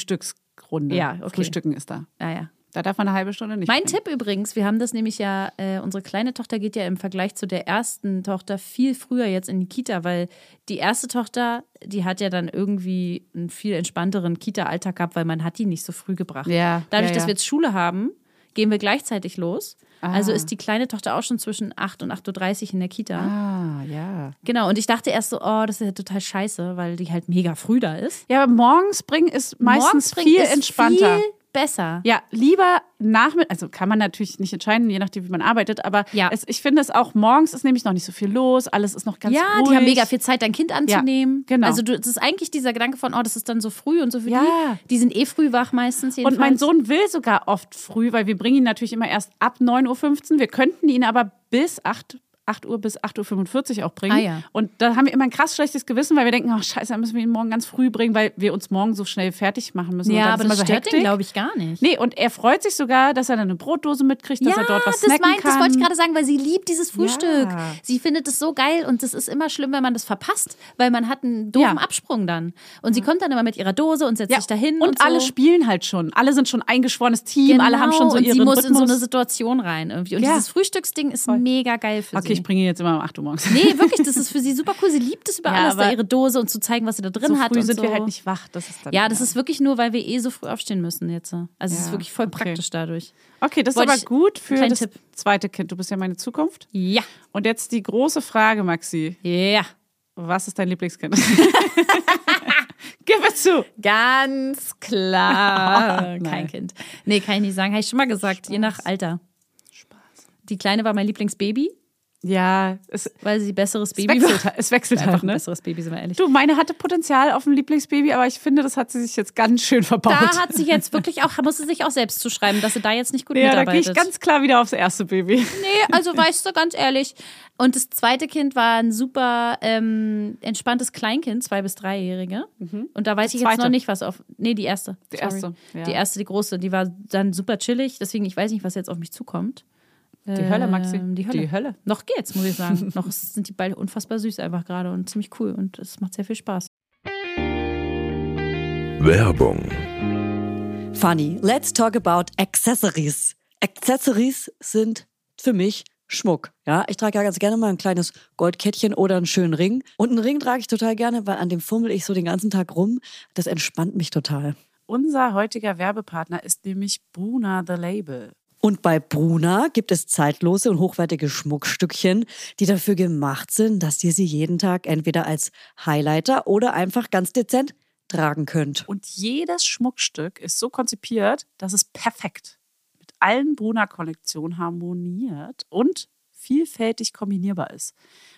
[SPEAKER 1] Morgen-Frühstücksrunde.
[SPEAKER 2] Ja, okay.
[SPEAKER 1] Frühstücken ist da.
[SPEAKER 2] Naja.
[SPEAKER 1] Da darf man eine halbe Stunde nicht
[SPEAKER 2] Mein
[SPEAKER 1] bringen.
[SPEAKER 2] Tipp übrigens, wir haben das nämlich ja, äh, unsere kleine Tochter geht ja im Vergleich zu der ersten Tochter viel früher jetzt in die Kita, weil die erste Tochter, die hat ja dann irgendwie einen viel entspannteren Kita-Alltag gehabt, weil man hat die nicht so früh gebracht.
[SPEAKER 1] Ja,
[SPEAKER 2] Dadurch,
[SPEAKER 1] ja, ja. Ah.
[SPEAKER 2] dass wir jetzt Schule haben, gehen wir gleichzeitig los. Also ist die kleine Tochter auch schon zwischen 8 und 8.30 Uhr in der Kita.
[SPEAKER 1] Ah, ja.
[SPEAKER 2] Genau, und ich dachte erst so, oh, das ist ja total scheiße, weil die halt mega früh da ist.
[SPEAKER 1] Ja, aber morgens bringen ist meistens
[SPEAKER 2] Morgens bringen
[SPEAKER 1] viel
[SPEAKER 2] ist
[SPEAKER 1] entspannter.
[SPEAKER 2] Viel besser.
[SPEAKER 1] Ja, lieber nachmittags, also kann man natürlich nicht entscheiden, je nachdem, wie man arbeitet, aber
[SPEAKER 2] Ja.
[SPEAKER 1] es, ich finde es auch, morgens ist nämlich noch nicht so viel los, alles ist noch ganz
[SPEAKER 2] ja,
[SPEAKER 1] ruhig.
[SPEAKER 2] die haben mega viel Zeit, dein Kind anzunehmen.
[SPEAKER 1] Ja, genau.
[SPEAKER 2] Also du, das ist eigentlich dieser Gedanke von, oh, das ist dann so früh und so für
[SPEAKER 1] Ja.
[SPEAKER 2] die. Die sind eh früh wach
[SPEAKER 1] Und
[SPEAKER 2] meistens. Jedenfalls.
[SPEAKER 1] mein Sohn will sogar oft früh, weil wir bringen ihn natürlich immer erst ab 9.15 Uhr. Wir könnten ihn aber bis 8, 8 Uhr bis 8.45 Uhr auch bringen.
[SPEAKER 2] Ah, ja.
[SPEAKER 1] Und da haben wir immer ein krass schlechtes Gewissen, weil wir denken, ach scheiße, dann müssen wir ihn morgen ganz früh bringen, weil wir uns morgen so schnell fertig machen müssen. Und
[SPEAKER 2] Ja,
[SPEAKER 1] dann
[SPEAKER 2] aber
[SPEAKER 1] ist
[SPEAKER 2] das
[SPEAKER 1] immer so
[SPEAKER 2] stört den, glaube ich, gar nicht.
[SPEAKER 1] Nee, und er freut sich sogar, dass er dann eine Brotdose mitkriegt, dass
[SPEAKER 2] ja,
[SPEAKER 1] er dort was
[SPEAKER 2] das,
[SPEAKER 1] snacken
[SPEAKER 2] meint,
[SPEAKER 1] kann.
[SPEAKER 2] das wollte ich gerade sagen, weil sie liebt dieses Frühstück.
[SPEAKER 1] Ja.
[SPEAKER 2] Sie findet es so geil und es ist immer schlimm, wenn man das verpasst, weil man hat einen doofen
[SPEAKER 1] Ja.
[SPEAKER 2] Absprung dann. Und sie kommt dann immer mit ihrer Dose und setzt sich dahin.
[SPEAKER 1] und,
[SPEAKER 2] so.
[SPEAKER 1] alle spielen halt schon. Alle sind schon eingeschworenes Team,
[SPEAKER 2] Genau,
[SPEAKER 1] alle haben schon so
[SPEAKER 2] und
[SPEAKER 1] ihren
[SPEAKER 2] sie muss
[SPEAKER 1] Rhythmus.
[SPEAKER 2] in so eine Situation rein irgendwie. Und
[SPEAKER 1] Ja.
[SPEAKER 2] dieses Frühstücksding ist mega geil für
[SPEAKER 1] okay,
[SPEAKER 2] sie.
[SPEAKER 1] ich bringe ihn jetzt immer um 8 Uhr morgens.
[SPEAKER 2] Nee, wirklich, das ist für sie super cool. Sie liebt es über
[SPEAKER 1] Ja,
[SPEAKER 2] alles, da
[SPEAKER 1] aber
[SPEAKER 2] ihre Dose und zu zeigen, was sie da drin
[SPEAKER 1] so
[SPEAKER 2] hat.
[SPEAKER 1] früh
[SPEAKER 2] und
[SPEAKER 1] sind
[SPEAKER 2] so.
[SPEAKER 1] wir halt nicht wach. Das ist dann
[SPEAKER 2] Ja, das ist wirklich nur, weil wir eh so früh aufstehen müssen jetzt. Also es ist
[SPEAKER 1] Ja,
[SPEAKER 2] wirklich voll
[SPEAKER 1] okay.
[SPEAKER 2] praktisch dadurch.
[SPEAKER 1] Okay, das ist
[SPEAKER 2] Wollte
[SPEAKER 1] aber
[SPEAKER 2] ich-
[SPEAKER 1] gut für
[SPEAKER 2] kleinen
[SPEAKER 1] das
[SPEAKER 2] Tipp.
[SPEAKER 1] zweite Kind. Du bist ja meine Zukunft.
[SPEAKER 2] Ja.
[SPEAKER 1] Und jetzt die große Frage, Maxi.
[SPEAKER 2] Ja.
[SPEAKER 1] Was ist dein Lieblingskind? (laughs) Gib es zu.
[SPEAKER 2] Ganz klar.
[SPEAKER 1] Nein.
[SPEAKER 2] (laughs) kein Kind. Nee, kann ich nicht sagen. Habe ich schon mal gesagt, je nach Alter. Die Kleine war mein Lieblingsbaby,
[SPEAKER 1] Ja, es, es
[SPEAKER 2] weil sie besseres Baby war.
[SPEAKER 1] wechselt, halt- es wechselt
[SPEAKER 2] Einfach
[SPEAKER 1] halt,
[SPEAKER 2] ein
[SPEAKER 1] ne?
[SPEAKER 2] besseres Baby, sind wir ehrlich.
[SPEAKER 1] Du, meine hatte Potenzial auf ein Lieblingsbaby, aber ich finde, das hat sie sich jetzt ganz schön verbaut.
[SPEAKER 2] da hat sie jetzt wirklich auch, muss sie sich auch selbst zuschreiben, dass sie da jetzt nicht gut
[SPEAKER 1] ja, da gehe
[SPEAKER 2] mitarbeitet.
[SPEAKER 1] ich ganz klar wieder aufs erste Baby. (laughs)
[SPEAKER 2] Nee, also weißt du, ganz ehrlich. Und das zweite Kind war ein super ähm, entspanntes Kleinkind, zwei- bis dreijährige. Und da weiß ich jetzt
[SPEAKER 1] Mhm. zweite.
[SPEAKER 2] noch nicht, was auf. Nee, die erste.
[SPEAKER 1] Die
[SPEAKER 2] Sorry.
[SPEAKER 1] erste, ja.
[SPEAKER 2] Die erste, die große, die war dann super chillig. Deswegen, ich weiß nicht, was jetzt auf mich zukommt.
[SPEAKER 1] Die Hölle, Maxi.
[SPEAKER 2] Ähm, die Hölle.
[SPEAKER 1] Die Hölle.
[SPEAKER 2] Noch geht's, muss
[SPEAKER 1] (laughs)
[SPEAKER 2] ich sagen. noch ist- sind die beide unfassbar süß einfach gerade und ziemlich cool. Und es macht sehr viel Spaß.
[SPEAKER 5] Werbung,
[SPEAKER 7] Funny, let's talk about Accessories. Accessories sind für mich Schmuck. Ja, ich trage ja ganz gerne mal ein kleines Goldkettchen oder einen schönen Ring. Und einen Ring trage ich total gerne, weil an dem fummel ich so den ganzen Tag rum. Das entspannt mich total.
[SPEAKER 1] Unser heutiger Werbepartner ist nämlich Bruna The Label.
[SPEAKER 7] Und bei Bruna gibt es zeitlose und hochwertige Schmuckstückchen, die dafür gemacht sind, dass ihr sie jeden Tag entweder als Highlighter oder einfach ganz dezent tragen könnt.
[SPEAKER 1] Und jedes Schmuckstück ist so konzipiert, dass es perfekt mit allen Bruna-Kollektionen harmoniert und vielfältig kombinierbar ist.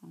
[SPEAKER 1] Dann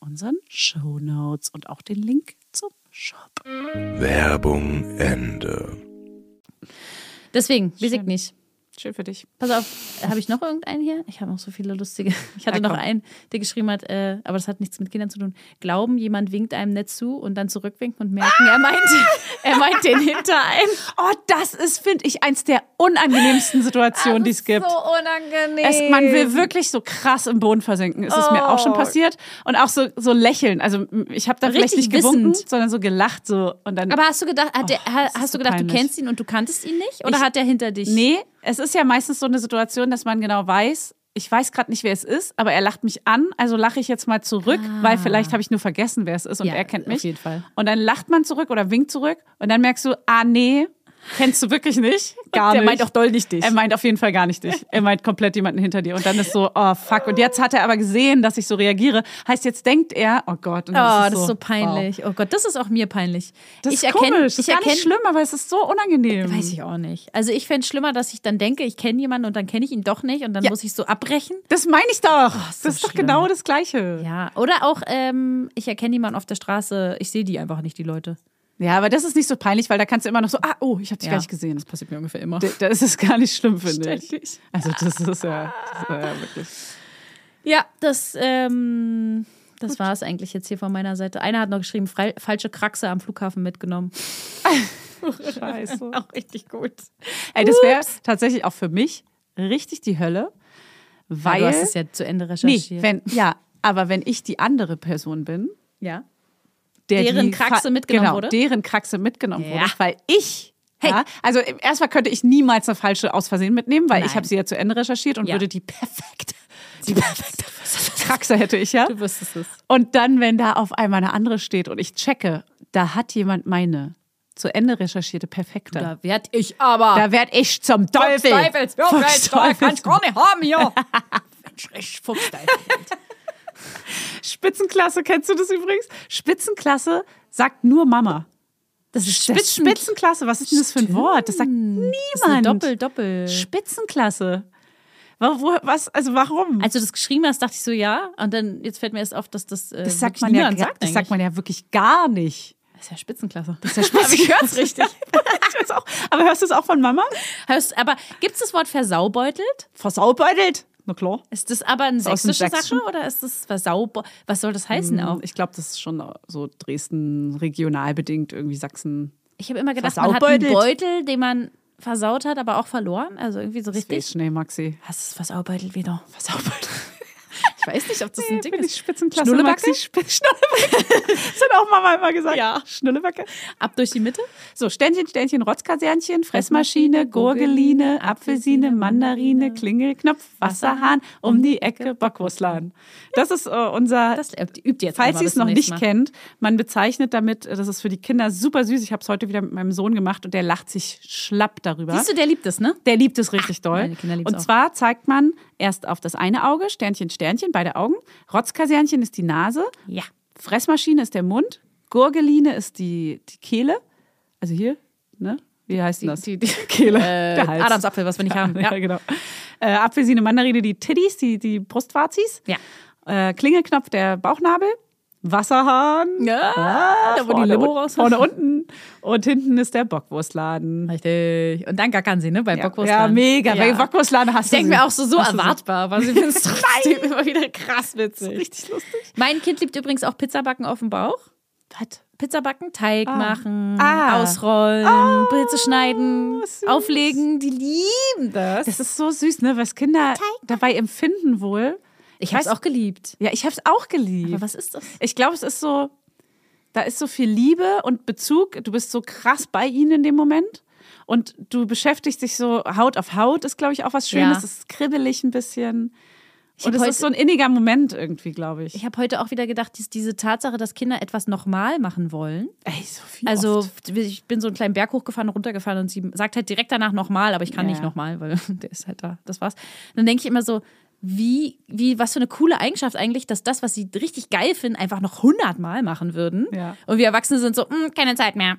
[SPEAKER 1] unseren Show Notes und auch den Link zum Shop.
[SPEAKER 5] Werbung Ende.
[SPEAKER 2] Deswegen, Basic
[SPEAKER 1] Schön.
[SPEAKER 2] nicht.
[SPEAKER 1] Schön für dich.
[SPEAKER 2] Pass auf, habe ich noch irgendeinen hier? Ich habe noch so viele lustige. (laughs) Ich hatte
[SPEAKER 1] Na,
[SPEAKER 2] noch
[SPEAKER 1] komm.
[SPEAKER 2] einen, der geschrieben hat, äh, aber das hat nichts mit Kindern zu tun. Glauben, jemand winkt einem nett zu und dann zurückwinken und merken, er meint, (laughs) er meint den hinter einem.
[SPEAKER 1] Oh, das ist, finde ich, eins der (laughs) unangenehmsten Situationen, die es gibt.
[SPEAKER 2] So unangenehm.
[SPEAKER 1] Es, man will wirklich so krass im Boden versinken. Es ist mir auch
[SPEAKER 2] Oh.
[SPEAKER 1] schon passiert. Und auch so, so lächeln. Also m, ich habe da vielleicht
[SPEAKER 2] Richtig
[SPEAKER 1] nicht gewunken,
[SPEAKER 2] wissend.
[SPEAKER 1] sondern so gelacht. So. Und dann,
[SPEAKER 2] aber hast du gedacht, hat der,
[SPEAKER 1] Oh,
[SPEAKER 2] ha-
[SPEAKER 1] das ist
[SPEAKER 2] hast
[SPEAKER 1] so
[SPEAKER 2] du gedacht, du
[SPEAKER 1] peinlich.
[SPEAKER 2] kennst ihn und du kanntest ihn nicht? Oder
[SPEAKER 1] Ich-
[SPEAKER 2] hat er hinter dich?
[SPEAKER 1] nee, es ist ja meistens so eine Situation, dass man genau weiß, ich weiß gerade nicht, wer es ist, aber er lacht mich an, also lache ich jetzt mal zurück, weil vielleicht habe ich nur vergessen, wer es ist und
[SPEAKER 2] Ah. Ja,
[SPEAKER 1] er kennt
[SPEAKER 2] auf
[SPEAKER 1] mich.
[SPEAKER 2] jeden Fall.
[SPEAKER 1] Und dann lacht man zurück oder winkt zurück und dann merkst du, ah nee, kennst du wirklich
[SPEAKER 2] (laughs)
[SPEAKER 1] nicht? Gar
[SPEAKER 2] Der
[SPEAKER 1] nicht.
[SPEAKER 2] meint auch doll nicht dich.
[SPEAKER 1] Er meint auf jeden Fall gar nicht
[SPEAKER 2] (laughs)
[SPEAKER 1] dich. Er meint komplett jemanden hinter dir. Und dann ist so, oh fuck. Und jetzt hat er aber gesehen, dass ich so reagiere. Heißt, jetzt denkt er, oh Gott. Und
[SPEAKER 2] Oh,
[SPEAKER 1] dann
[SPEAKER 2] das ist so peinlich. Oh Gott, das ist auch mir peinlich.
[SPEAKER 1] Wow. Das
[SPEAKER 2] ich
[SPEAKER 1] ist
[SPEAKER 2] erkenne,
[SPEAKER 1] komisch. Das
[SPEAKER 2] ich
[SPEAKER 1] ist gar
[SPEAKER 2] erkenne,
[SPEAKER 1] nicht schlimm, aber es ist so unangenehm.
[SPEAKER 2] Weiß ich auch nicht. Also ich fände es schlimmer, dass ich dann denke, ich kenne jemanden und dann kenne ich ihn doch nicht und dann muss ich so abbrechen.
[SPEAKER 1] Das meine ich doch. das
[SPEAKER 2] Oh, so
[SPEAKER 1] ist doch
[SPEAKER 2] schlimm.
[SPEAKER 1] genau das Gleiche.
[SPEAKER 2] Ja, oder auch, ähm, ich erkenne jemanden auf der Straße, ich sehe die einfach nicht, die Leute.
[SPEAKER 1] Ja. aber das ist nicht so peinlich, weil da kannst du immer noch so, ah, oh, ich habe dich
[SPEAKER 2] Ja.
[SPEAKER 1] gar nicht gesehen. Das,
[SPEAKER 2] passiert mir ungefähr immer.
[SPEAKER 1] da- das ist gar nicht schlimm, finde ich. Also das ist ja, das ist ja wirklich.
[SPEAKER 2] Ja, das, ähm, das war es eigentlich jetzt hier von meiner Seite. Einer hat noch geschrieben, frei, falsche Kraxe am Flughafen mitgenommen.
[SPEAKER 1] (laughs) Scheiße.
[SPEAKER 2] (laughs) Auch richtig gut.
[SPEAKER 1] Ey, das wäre tatsächlich auch für mich richtig die Hölle,
[SPEAKER 2] Weil,
[SPEAKER 1] weil
[SPEAKER 2] du hast es ja zu Ende recherchiert.
[SPEAKER 1] nee, wenn ja, aber wenn ich die andere Person bin,
[SPEAKER 2] ja.
[SPEAKER 1] der
[SPEAKER 2] Deren
[SPEAKER 1] die
[SPEAKER 2] Kraxe
[SPEAKER 1] Fa-
[SPEAKER 2] mitgenommen
[SPEAKER 1] genau,
[SPEAKER 2] wurde?
[SPEAKER 1] deren Kraxe mitgenommen
[SPEAKER 2] Ja.
[SPEAKER 1] wurde, weil ich ja, also erstmal könnte ich niemals eine falsche aus Versehen mitnehmen, weil
[SPEAKER 2] Nein.
[SPEAKER 1] ich habe sie ja zu Ende recherchiert und
[SPEAKER 2] Ja.
[SPEAKER 1] würde die perfekte, die perfekte Kraxe hätte ich ja.
[SPEAKER 2] Du wüsstest es.
[SPEAKER 1] Und dann, wenn da auf einmal eine andere steht und ich checke, da hat jemand meine zu Ende recherchierte perfekte.
[SPEAKER 2] Da Ah. werd ich aber.
[SPEAKER 1] Da werd ich zum Teufel.
[SPEAKER 2] (laughs)
[SPEAKER 1] Fuchs Teufels.
[SPEAKER 2] nicht haben hier. Mensch, recht Fuchsteufel.
[SPEAKER 1] Spitzenklasse, kennst du das übrigens? Spitzenklasse sagt nur Mama.
[SPEAKER 2] Das ist
[SPEAKER 1] Das
[SPEAKER 2] Spitzen.
[SPEAKER 1] Spitzenklasse, was ist denn das für ein Wort? Das sagt niemand.
[SPEAKER 2] Doppel, doppel.
[SPEAKER 1] Spitzenklasse. Wa- Wo, was, also warum?
[SPEAKER 2] Als du das geschrieben hast, dachte ich so, ja. Und dann, jetzt fällt mir erst auf, dass das. Äh,
[SPEAKER 1] das sagt
[SPEAKER 2] wirklich
[SPEAKER 1] man, ja,
[SPEAKER 2] niemand
[SPEAKER 1] gar-
[SPEAKER 2] sagt
[SPEAKER 1] das sagt
[SPEAKER 2] eigentlich.
[SPEAKER 1] man ja wirklich gar nicht. (laughs)
[SPEAKER 2] Das ist ja Spitzenklasse.
[SPEAKER 1] Das ist ja
[SPEAKER 2] (laughs)
[SPEAKER 1] Spitzenklasse. ich hör's richtig. Aber hörst du es auch von Mama?
[SPEAKER 2] Hörst, aber gibt es das Wort versaubeutelt?
[SPEAKER 1] Versaubeutelt. Na klar.
[SPEAKER 2] Ist das aber eine
[SPEAKER 1] aus dem
[SPEAKER 2] sächsische Sache
[SPEAKER 1] Sächsischen? Hm.
[SPEAKER 2] oder ist das versauber? Was soll das heißen auch?
[SPEAKER 1] Ich glaube, das ist schon so Dresden regional bedingt, irgendwie Sachsen.
[SPEAKER 2] Ich habe immer gedacht, man hat einen
[SPEAKER 1] Versaubeutelt.
[SPEAKER 2] Beutel, den man versaut hat, aber auch verloren. Also irgendwie so
[SPEAKER 1] Das
[SPEAKER 2] richtig.
[SPEAKER 1] weiß ich nicht, Maxi.
[SPEAKER 2] Hast du es versaubeutelt wieder?
[SPEAKER 1] Versaubeutelt.
[SPEAKER 2] (laughs) Ich weiß nicht, ob das ein Ding
[SPEAKER 1] Finde
[SPEAKER 2] ist.
[SPEAKER 1] ich Spitzenklasse.
[SPEAKER 2] Schnullebacke?
[SPEAKER 1] Maxi, Sp- (laughs) Schnullebacke. Das hat auch Mama immer gesagt.
[SPEAKER 2] Ja.
[SPEAKER 1] Schnullebacke.
[SPEAKER 2] Ab durch die Mitte?
[SPEAKER 1] So, Ständchen, Ständchen, Rotzkasernchen, Fressmaschine, Gurgeline, Apfelsine, Mandarine, Klingelknopf, Wasserhahn, um die Ecke, Bockwurstladen. Das ist äh, unser...
[SPEAKER 2] Das übt übt ihr jetzt
[SPEAKER 1] Falls
[SPEAKER 2] aber
[SPEAKER 1] ihr
[SPEAKER 2] bis
[SPEAKER 1] es
[SPEAKER 2] zum
[SPEAKER 1] noch nicht
[SPEAKER 2] nächsten Mal.
[SPEAKER 1] kennt, man bezeichnet damit, äh, das ist für die Kinder super süß. Ich habe es heute wieder mit meinem Sohn gemacht und der lacht sich schlapp darüber.
[SPEAKER 2] Siehst du, der liebt es, ne?
[SPEAKER 1] Der liebt es richtig doll.
[SPEAKER 2] meine Kinder lieben's
[SPEAKER 1] und
[SPEAKER 2] auch.
[SPEAKER 1] zwar zeigt man erst auf das eine Auge, Sternchen, Sternchen, beide Augen. Rotzkasernchen ist die Nase,
[SPEAKER 2] Ja.
[SPEAKER 1] Fressmaschine ist der Mund, Gurgeline ist die, die Kehle. Also hier, ne? Wie heißt denn das?
[SPEAKER 2] Die, die,
[SPEAKER 1] (laughs) Kehle.
[SPEAKER 2] äh,
[SPEAKER 1] der Hals.
[SPEAKER 2] Adamsapfel, was wir nicht haben.
[SPEAKER 1] Ja,
[SPEAKER 2] Ja.
[SPEAKER 1] genau. Äh, Apfelsine, Mandarine, die Titties, die, die Brustfazis.
[SPEAKER 2] Ja.
[SPEAKER 1] Äh, Klingelknopf, der Bauchnabel. Wasserhahn.
[SPEAKER 2] Ja, da wo die Limo
[SPEAKER 1] unten,
[SPEAKER 2] raus
[SPEAKER 1] vorne unten. Und hinten ist der Bockwurstladen.
[SPEAKER 2] Richtig. Und dann gackern sie, ne? Bei
[SPEAKER 1] Ja,
[SPEAKER 2] Bockwurst.
[SPEAKER 1] ja mega. Bei Bockwurstladen hast
[SPEAKER 2] Ich
[SPEAKER 1] du
[SPEAKER 2] denke
[SPEAKER 1] sie.
[SPEAKER 2] mir auch so, Also, so
[SPEAKER 1] Hast du sie.
[SPEAKER 2] erwartbar, aber sie finden (laughs) es trotzdem immer wieder krass witzig.
[SPEAKER 1] Richtig lustig.
[SPEAKER 2] Mein Kind liebt übrigens auch Pizzabacken auf dem Bauch. Was? Pizzabacken, Teig machen,
[SPEAKER 1] Ah.
[SPEAKER 2] ausrollen, Pilze schneiden,
[SPEAKER 1] süß.
[SPEAKER 2] auflegen. Die lieben das.
[SPEAKER 1] Das ist so süß, ne? Was Kinder dabei empfinden wohl.
[SPEAKER 2] Ich habe es
[SPEAKER 1] weiß-
[SPEAKER 2] auch geliebt.
[SPEAKER 1] Ja, ich hab's auch
[SPEAKER 2] Aber
[SPEAKER 1] geliebt.
[SPEAKER 2] was ist das?
[SPEAKER 1] Ich glaube, es ist so, da ist so viel Liebe und Bezug. Du bist so krass bei ihnen in dem Moment. Und du beschäftigst dich so, Haut auf Haut ist, glaube ich, auch was Schönes.
[SPEAKER 2] Ja.
[SPEAKER 1] Es ist kribbelig ein bisschen. Und es
[SPEAKER 2] hab
[SPEAKER 1] ist so ein inniger Moment irgendwie, glaube ich.
[SPEAKER 2] Ich habe heute auch wieder gedacht, dies, diese Tatsache, dass Kinder etwas nochmal machen wollen.
[SPEAKER 1] Ey, so viel
[SPEAKER 2] Also
[SPEAKER 1] oft.
[SPEAKER 2] ich bin so einen kleinen Berg hochgefahren, runtergefahren und sie sagt halt direkt danach nochmal, aber ich kann
[SPEAKER 1] Ja,
[SPEAKER 2] nicht
[SPEAKER 1] ja.
[SPEAKER 2] nochmal, weil (laughs) der ist halt da, das war's. Dann denke ich immer so, wie, wie, was für eine coole Eigenschaft eigentlich, dass das, was sie richtig geil finden, einfach noch hundertmal machen würden.
[SPEAKER 1] Ja.
[SPEAKER 2] Und wir Erwachsene sind so, "Mm, keine Zeit mehr.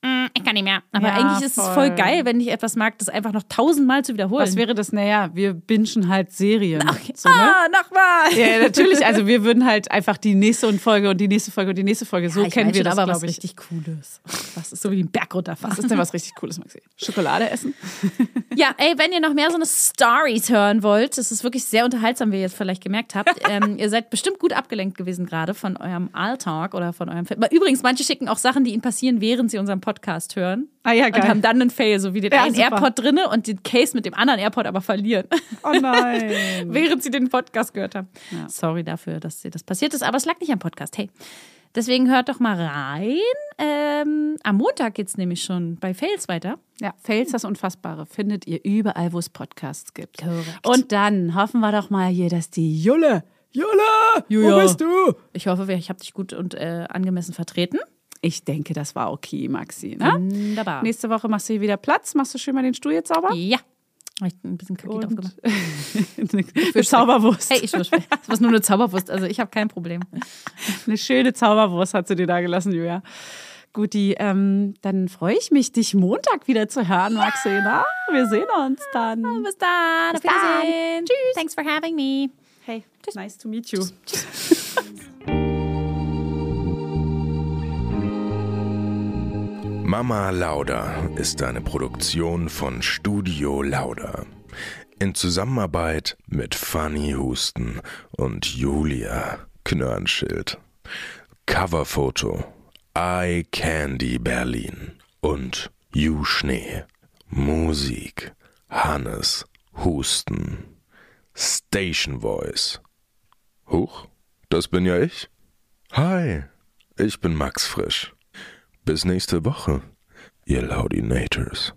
[SPEAKER 2] Mm, ich kann nicht mehr. Aber
[SPEAKER 1] Ja,
[SPEAKER 2] eigentlich ist es voll
[SPEAKER 1] voll.
[SPEAKER 2] geil, wenn ich etwas mag, das einfach noch tausendmal zu wiederholen.
[SPEAKER 1] was wäre das? Naja, wir bingen halt Serien. So, ne?
[SPEAKER 2] ah, nochmal!
[SPEAKER 1] Ja, ja, natürlich. Also wir würden halt einfach die nächste und Folge und die nächste Folge und die nächste Folge. So
[SPEAKER 2] Ja, ich
[SPEAKER 1] kennen
[SPEAKER 2] weiß
[SPEAKER 1] wir
[SPEAKER 2] schon,
[SPEAKER 1] das,
[SPEAKER 2] aber was
[SPEAKER 1] glaube ich.
[SPEAKER 2] richtig Cooles. Was ist so wie ein Berg runterfahren.
[SPEAKER 1] Was ist denn was richtig Cooles, Maxi? Schokolade essen?
[SPEAKER 2] Ja, ey, wenn ihr noch mehr so eine Stories hören wollt, das ist wirklich sehr unterhaltsam, wie ihr jetzt vielleicht
[SPEAKER 1] (laughs)
[SPEAKER 2] gemerkt habt. ähm, ihr seid bestimmt gut abgelenkt gewesen gerade von eurem Alltag oder von eurem Fail. Übrigens, manche schicken auch Sachen, die ihnen passieren, während sie unseren Podcast hören.
[SPEAKER 1] Ah ja,
[SPEAKER 2] Und haben dann einen Fail, so wie den
[SPEAKER 1] Ja,
[SPEAKER 2] einen
[SPEAKER 1] super.
[SPEAKER 2] AirPod drinne und den Case mit dem anderen AirPod aber verlieren,
[SPEAKER 1] Oh nein.
[SPEAKER 2] (laughs) während sie den Podcast gehört haben. Sorry dafür, dass dir das passiert ist, aber es lag nicht am Podcast. Hey, deswegen hört doch mal rein. Ähm, am Montag geht's nämlich schon bei Fails weiter.
[SPEAKER 1] Ja, Fails das Unfassbare findet ihr überall, wo es Podcasts gibt. Und dann hoffen wir doch mal hier, dass die Julle, Julle,
[SPEAKER 2] Julia.
[SPEAKER 1] wo bist du?
[SPEAKER 2] Ich hoffe, wir- ich habe dich gut und äh, angemessen vertreten.
[SPEAKER 1] Ich denke, das war okay, Maxi. Ne?
[SPEAKER 2] Genau. Wunderbar.
[SPEAKER 1] Nächste Woche machst du hier wieder Platz. Machst du schön mal den Stuhl jetzt sauber?
[SPEAKER 2] Ja. Hab Ich ein bisschen kackig aufgemacht.
[SPEAKER 1] eine, (laughs) eine Zauberwurst.
[SPEAKER 2] Hey, ich schwör's. mir. Das war nur eine Zauberwurst. Also ich habe kein Problem.
[SPEAKER 1] Eine schöne Zauberwurst hat sie dir da gelassen, Julia. Guti, ähm, dann freue ich mich, dich Montag wieder zu hören, Maxi. Na? Wir sehen uns dann.
[SPEAKER 2] (laughs) Bis dann. Bis dann. Tschüss. Thanks for having me.
[SPEAKER 1] Hey, nice to meet you.
[SPEAKER 5] Mama Lauda ist eine Produktion von Studio Lauda. In Zusammenarbeit mit Fanny Husten und Julia Knörnschild. Coverfoto Eye Candy Berlin und You Schnee. Musik Hannes Husten. Station Voice. Huch, das bin ja ich. Hi, ich bin Max Frisch. Bis nächste Woche, ihr Laudinators.